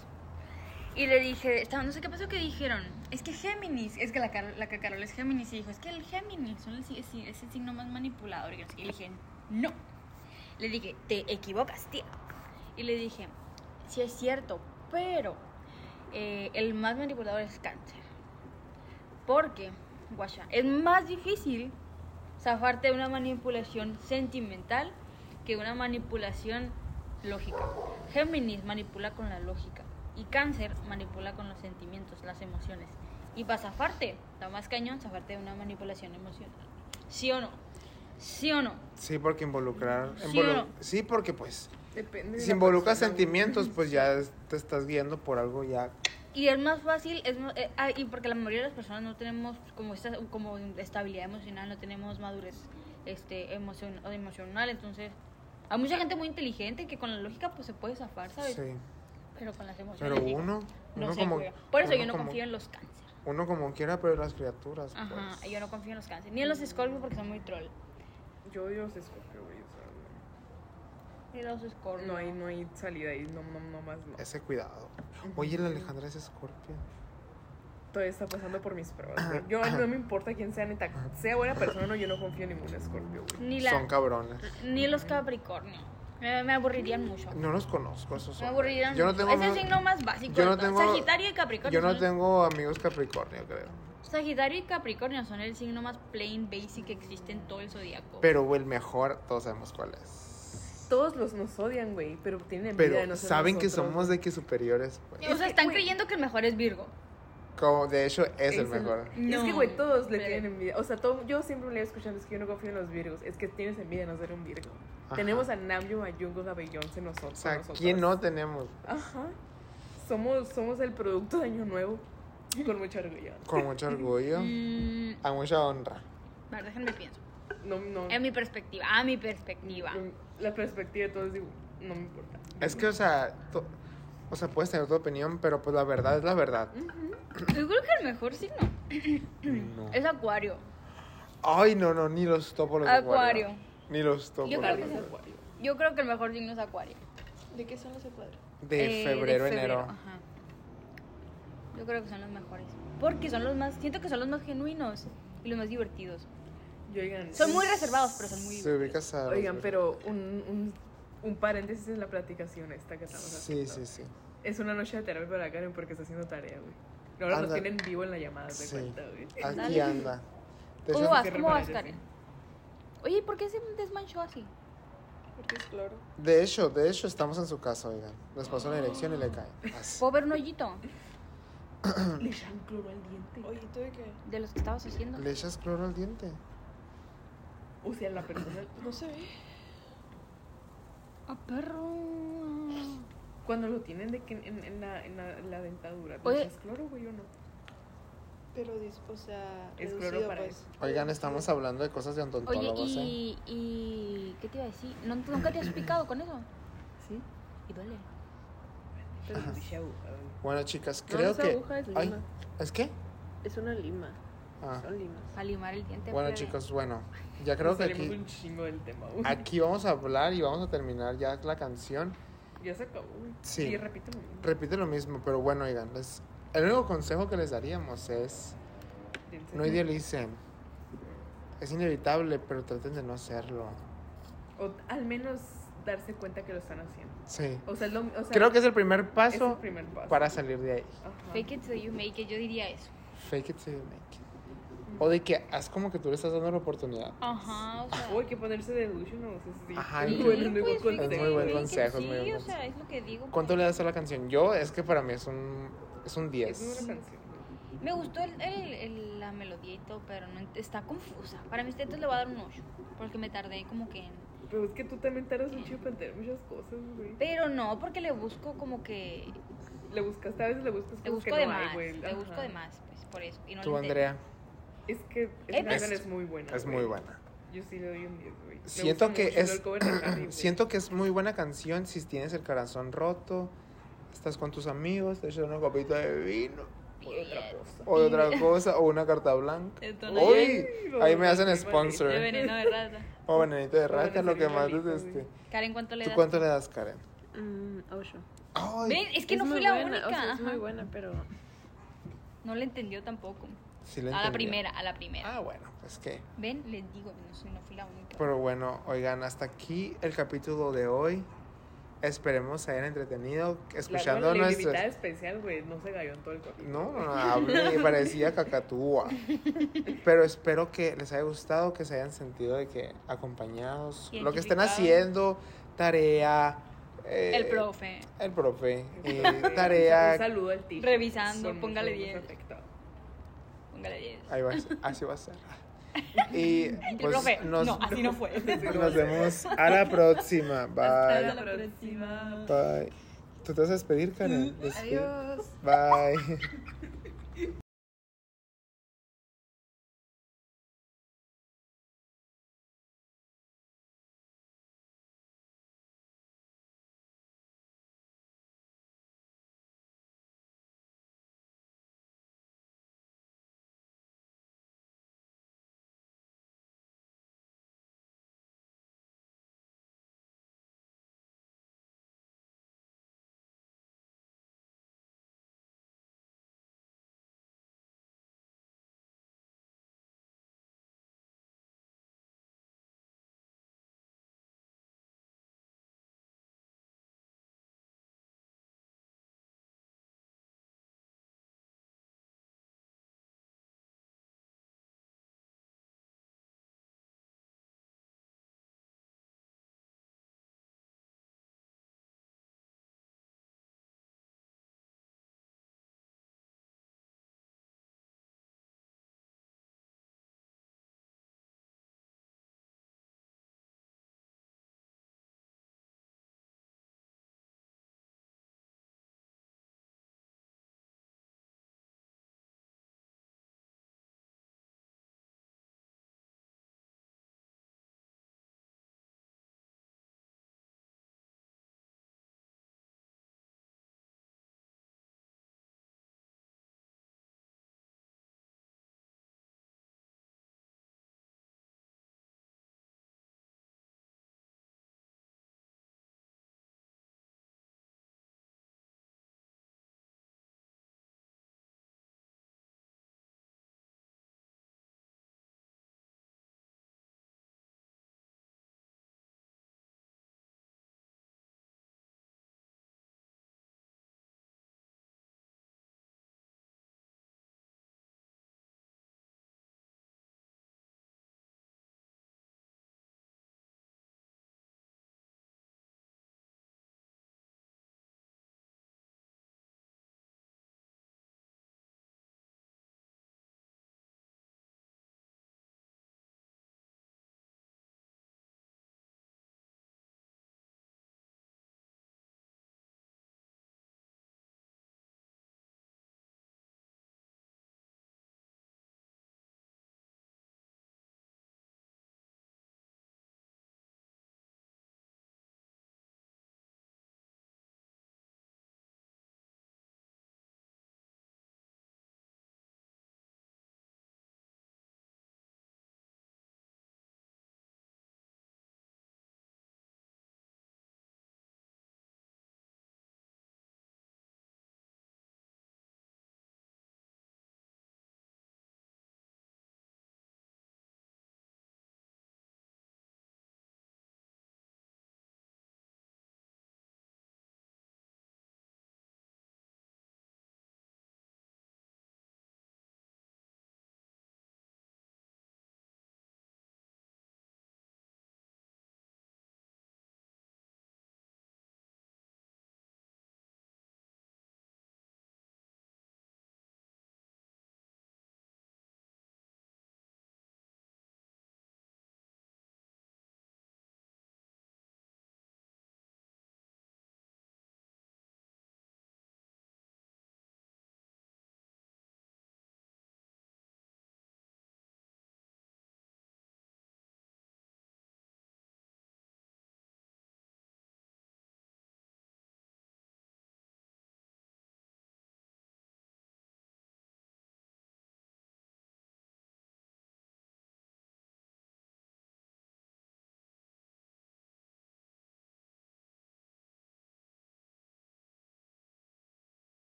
S3: Y le dije, estaba- no sé qué pasó que dijeron, es que Géminis, es que la, Carol- la que Carol es Géminis, y dijo, es que el Géminis son el si- es, es el signo más manipulador. Y, no sé qué. Y le dije, no. Le dije, te equivocas, tía. Y le dije, sí es cierto, pero eh, el más manipulador es cáncer. Porque, guacha, es más difícil zafarte de una manipulación sentimental que una manipulación lógica. Géminis manipula con la lógica y Cáncer manipula con los sentimientos, las emociones. Y para zafarte, está más cañón zafarte de una manipulación emocional. ¿Sí o no? ¿Sí o no?
S2: Sí, porque involucrar.
S3: Sí,
S2: involu-
S3: no.
S2: sí, porque pues.
S1: Depende. de
S2: Si
S1: la
S2: involucras
S1: persona, güey.
S2: sentimientos, pues ya es- te estás guiando por algo ya.
S3: Y es más fácil, es mo- eh, ah, y porque la mayoría de las personas no tenemos como esta como estabilidad emocional, no tenemos madurez este emocion- o emocional, entonces hay mucha gente muy inteligente que con la lógica pues se puede zafar, ¿sabes?
S2: Sí.
S3: Pero con las emociones.
S2: Pero
S3: digo,
S2: uno.
S3: pues, no
S2: Uno
S3: sé,
S2: como.
S3: güey. Por eso
S2: uno
S3: yo no
S2: como-
S3: confío en los cáncer.
S2: Uno como quiera, pero las criaturas.
S3: Ajá,
S2: pues.
S3: yo no confío en los cáncer. Ni en los escorpios porque son muy troll.
S1: Yo odio los escorpio, güey. O sea, no.
S3: Ni los escorpios.
S1: no hay, no hay salida ahí. No, no, no más, no.
S2: Ese cuidado. Oye, la Alejandra es escorpio.
S1: Todavía está pasando por mis pruebas. güey. Yo no me importa quién sea, neta. Sea buena persona o no, yo no confío en ningún escorpio, güey.
S3: Ni, la-
S2: Son cabrones.
S3: ni los capricornio. Me, me aburrirían mucho.
S2: No los conozco, esos
S3: Me
S2: son.
S3: aburrirían
S2: Yo no
S3: mucho.
S2: tengo.
S3: es el signo más básico.
S2: yo no
S3: de todos.
S2: tengo-
S3: Sagitario y Capricornio.
S2: Yo no
S3: son-
S2: tengo amigos Capricornio, creo.
S3: Sagitario y Capricornio son el signo más plain basic que existe en todo el zodiaco.
S2: Pero güey, el mejor, todos sabemos cuál es.
S1: Todos los nos odian, güey, pero tienen envidia de
S2: Pero
S1: nosotros.
S2: saben que somos de que superiores, pues.
S3: o sea, están creyendo que el mejor es Virgo.
S2: Como de hecho es el
S1: Es el-
S2: mejor.
S1: es que, güey, todos le
S3: pero-
S1: tienen envidia. O sea, todo- yo siempre le he escuchado, es que yo no confío en los virgos. Es que tienes envidia de no ser un virgo.
S2: Ajá.
S1: Tenemos a Namjoon, a Jungkook, a Beyoncé, nosotros.
S2: O sea,
S1: nosotras.
S2: ¿quién no tenemos?
S1: Ajá. Somos, somos el producto de Año Nuevo. Con mucho orgullo.
S2: Con mucho orgullo,
S3: Mm,
S2: a mucha honra.
S3: a ver, déjenme pienso.
S1: No, no.
S3: En mi perspectiva, a mi perspectiva.
S1: La perspectiva de todos, digo, no me importa.
S2: Es que, o sea, to- o sea, puedes tener tu opinión, pero pues la verdad es la verdad.
S3: Yo creo que el mejor signo
S2: No.
S3: es Acuario.
S2: Ay, no, no, ni los topo los
S3: Acuario.
S2: Ni los topo.
S3: Yo
S2: los
S3: creo que es
S2: acuario.
S3: Acuario. Yo creo que el mejor signo es Acuario.
S5: ¿De qué son los cuadros?
S2: De
S3: Eh,
S2: febrero, enero.
S3: ajá. Yo creo que son los mejores. Porque son los más, siento que son los más genuinos y los más divertidos.
S1: Y oigan,
S3: Son muy reservados, pero son muy
S2: Se
S3: divertidos.
S2: ubicas a.
S1: oigan, pero un, un, un paréntesis en la platicación esta que estamos
S2: Sí,
S1: haciendo.
S2: sí, sí.
S1: Es una noche de terapia para Karen porque está haciendo tarea, güey. Ahora nos
S2: Anda.
S1: tienen vivo en la llamada, te
S2: Sí.
S1: cuenta, güey.
S2: Aquí anda. Te
S3: ¿Cómo
S2: siento-
S3: vas?
S1: que
S3: ¿Cómo vas,
S1: remanentes,
S3: Karen? Oye, ¿y ¿por qué se desmanchó así?
S5: Porque es cloro.
S2: De hecho, de hecho, estamos en su casa, oigan. Les pasó la dirección y le cae. Así.
S3: ¿Puedo ver un hoyito
S1: Le echan cloro al diente.
S5: Oye, ¿tú de qué?
S3: de los que estabas haciendo?
S2: ¿Le echas cloro al diente?
S1: O sea, la persona.
S5: No se ve.
S3: ¡Ah, perro!
S1: Cuando lo tienen de que en, en- en la, en la, en la dentadura, ¿le
S3: Oye.
S1: echas cloro, güey, o no?
S5: Pero, dis- o sea,
S1: Es
S5: reducido,
S1: cloro para
S5: pues.
S1: eso.
S2: Oigan, estamos hablando de cosas de
S3: Oye,
S2: odontólogos, ¿eh?
S3: y, y... ¿Qué te iba a decir? ¿No- ¿Nunca te has picado con eso?
S1: Sí.
S3: Y duele.
S1: Pero se dice aguja, güey.
S2: Bueno, chicas,
S5: No,
S2: creo
S5: esa
S2: que.
S5: aguja es
S2: Ay,
S5: lima.
S2: ¿Es qué?
S5: Es una lima.
S2: Ah.
S5: Son limas.
S3: A limar el diente.
S2: Bueno,
S3: plebe.
S2: chicos, bueno. Ya creo
S1: Nos
S2: que
S1: salimos
S2: aquí, Ah.
S1: un chingo del tema, güey.
S2: aquí vamos a hablar y vamos a terminar ya la canción.
S1: Ya se acabó, güey.
S2: Sí.
S1: Y repito lo mismo.
S2: Repite lo mismo, pero bueno, oigan, les- el único consejo que les daríamos es
S1: Dense-
S2: no idealicen. Es inevitable, pero traten de no hacerlo.
S1: O al menos darse cuenta que lo están haciendo.
S2: Sí.
S1: O sea, es lo, o sea,
S2: Creo que es el primer
S1: es el
S2: paso
S1: primer paso.
S2: para salir de ahí.
S1: Ajá.
S3: Fake it till you make it, yo diría eso.
S2: Fake it till you make it. O de que haz como que tú le estás dando la oportunidad.
S3: Ajá, o sea.
S1: O hay que ponerse delusional, o sea, sí.
S2: Ajá,
S1: Muy
S2: y-
S1: bueno, muy buen
S3: pues,
S2: Es
S1: consejo.
S2: muy buen
S3: fake it,
S2: consejo, es
S3: Sí,
S2: muy buen
S3: o sea, es lo que digo.
S2: ¿Cuánto
S3: pues.
S2: le das a la canción? Yo, es que para mí es un, es un
S1: Es
S2: 10.
S1: una canción.
S3: Me gustó el, el- el- la melodía y todo, pero no ent- está confusa. Para mis tetas le voy a dar un 8, porque me tardé como que en...
S1: Pero es que tú también tardas mucho para entender muchas cosas, güey.
S3: Pero no, porque le busco como que...
S1: Le buscas, a veces le buscas
S3: Le
S1: cosas
S3: busco
S1: que
S3: de
S1: no hay,
S3: más,
S1: güey.
S3: le
S1: Ajá.
S3: busco de más, pues, por eso. Y no
S2: Tú,
S3: lo intento.
S2: Andrea,
S1: Es que
S3: Eh,
S1: Scandal
S2: pues-
S1: es muy buena.
S2: es
S1: güey.
S2: muy buena.
S1: Yo sí le doy un 10, güey. Me
S2: Siento
S1: gusta
S2: que
S1: mucho
S2: es-
S1: el cover de Harry, güey.
S2: Siento que es muy buena canción si tienes el corazón roto, estás con tus amigos, te echas una copita de vino,
S1: O de otra cosa.
S2: o de otra cosa, o una carta blanca.
S3: Entonces,
S2: ¡Uy!
S1: Ay,
S2: Ahí me hacen
S1: vale.
S2: sponsor.
S3: De veneno de rata.
S2: O venenito de rata,
S1: Bueno,
S2: lo que
S1: sería
S2: más
S1: rico,
S2: es este.
S1: güey.
S3: Karen, ¿cuánto le
S2: ¿Tú
S3: das?
S2: cuánto le das, Karen?
S5: Mm, ocho.
S2: Ay,
S3: Ven, es que no
S5: muy
S3: fui la
S5: buena,
S3: única.
S5: O sea, es muy
S3: ajá.
S5: buena, pero.
S3: No le entendió tampoco.
S2: sí le
S3: a la
S2: entendí.
S3: primera, a la primera.
S2: Ah, bueno, pues qué.
S3: Ven, les digo, no, soy, no fui la única.
S2: Pero bueno, oigan, hasta aquí el capítulo de hoy. Esperemos se hayan entretenido escuchando
S1: la, la
S2: nuestras...
S1: invitada especial, güey, no se cayó en todo el capítulo.
S2: No, no, no, hablé, parecía cacatúa. Pero espero que les haya gustado, que se hayan sentido de que acompañados, lo que estén
S3: Identificados.
S2: haciendo, tarea. eh,
S3: El profe.
S2: El profe. eh,
S1: Un
S2: tarea.
S1: saludo al tío.
S3: Revisando, póngale 10. Póngale 10.
S2: Ahí va, a ser, así va a ser. Y
S3: El
S2: pues
S3: profe.
S2: nos,
S3: No, así no fue.
S2: nos vemos a la próxima.
S3: Hasta
S2: Bye.
S3: la próxima. Mm,
S2: Bye. ¿Tú te vas a despedir, Karen? Despide.
S5: Adiós.
S2: Bye.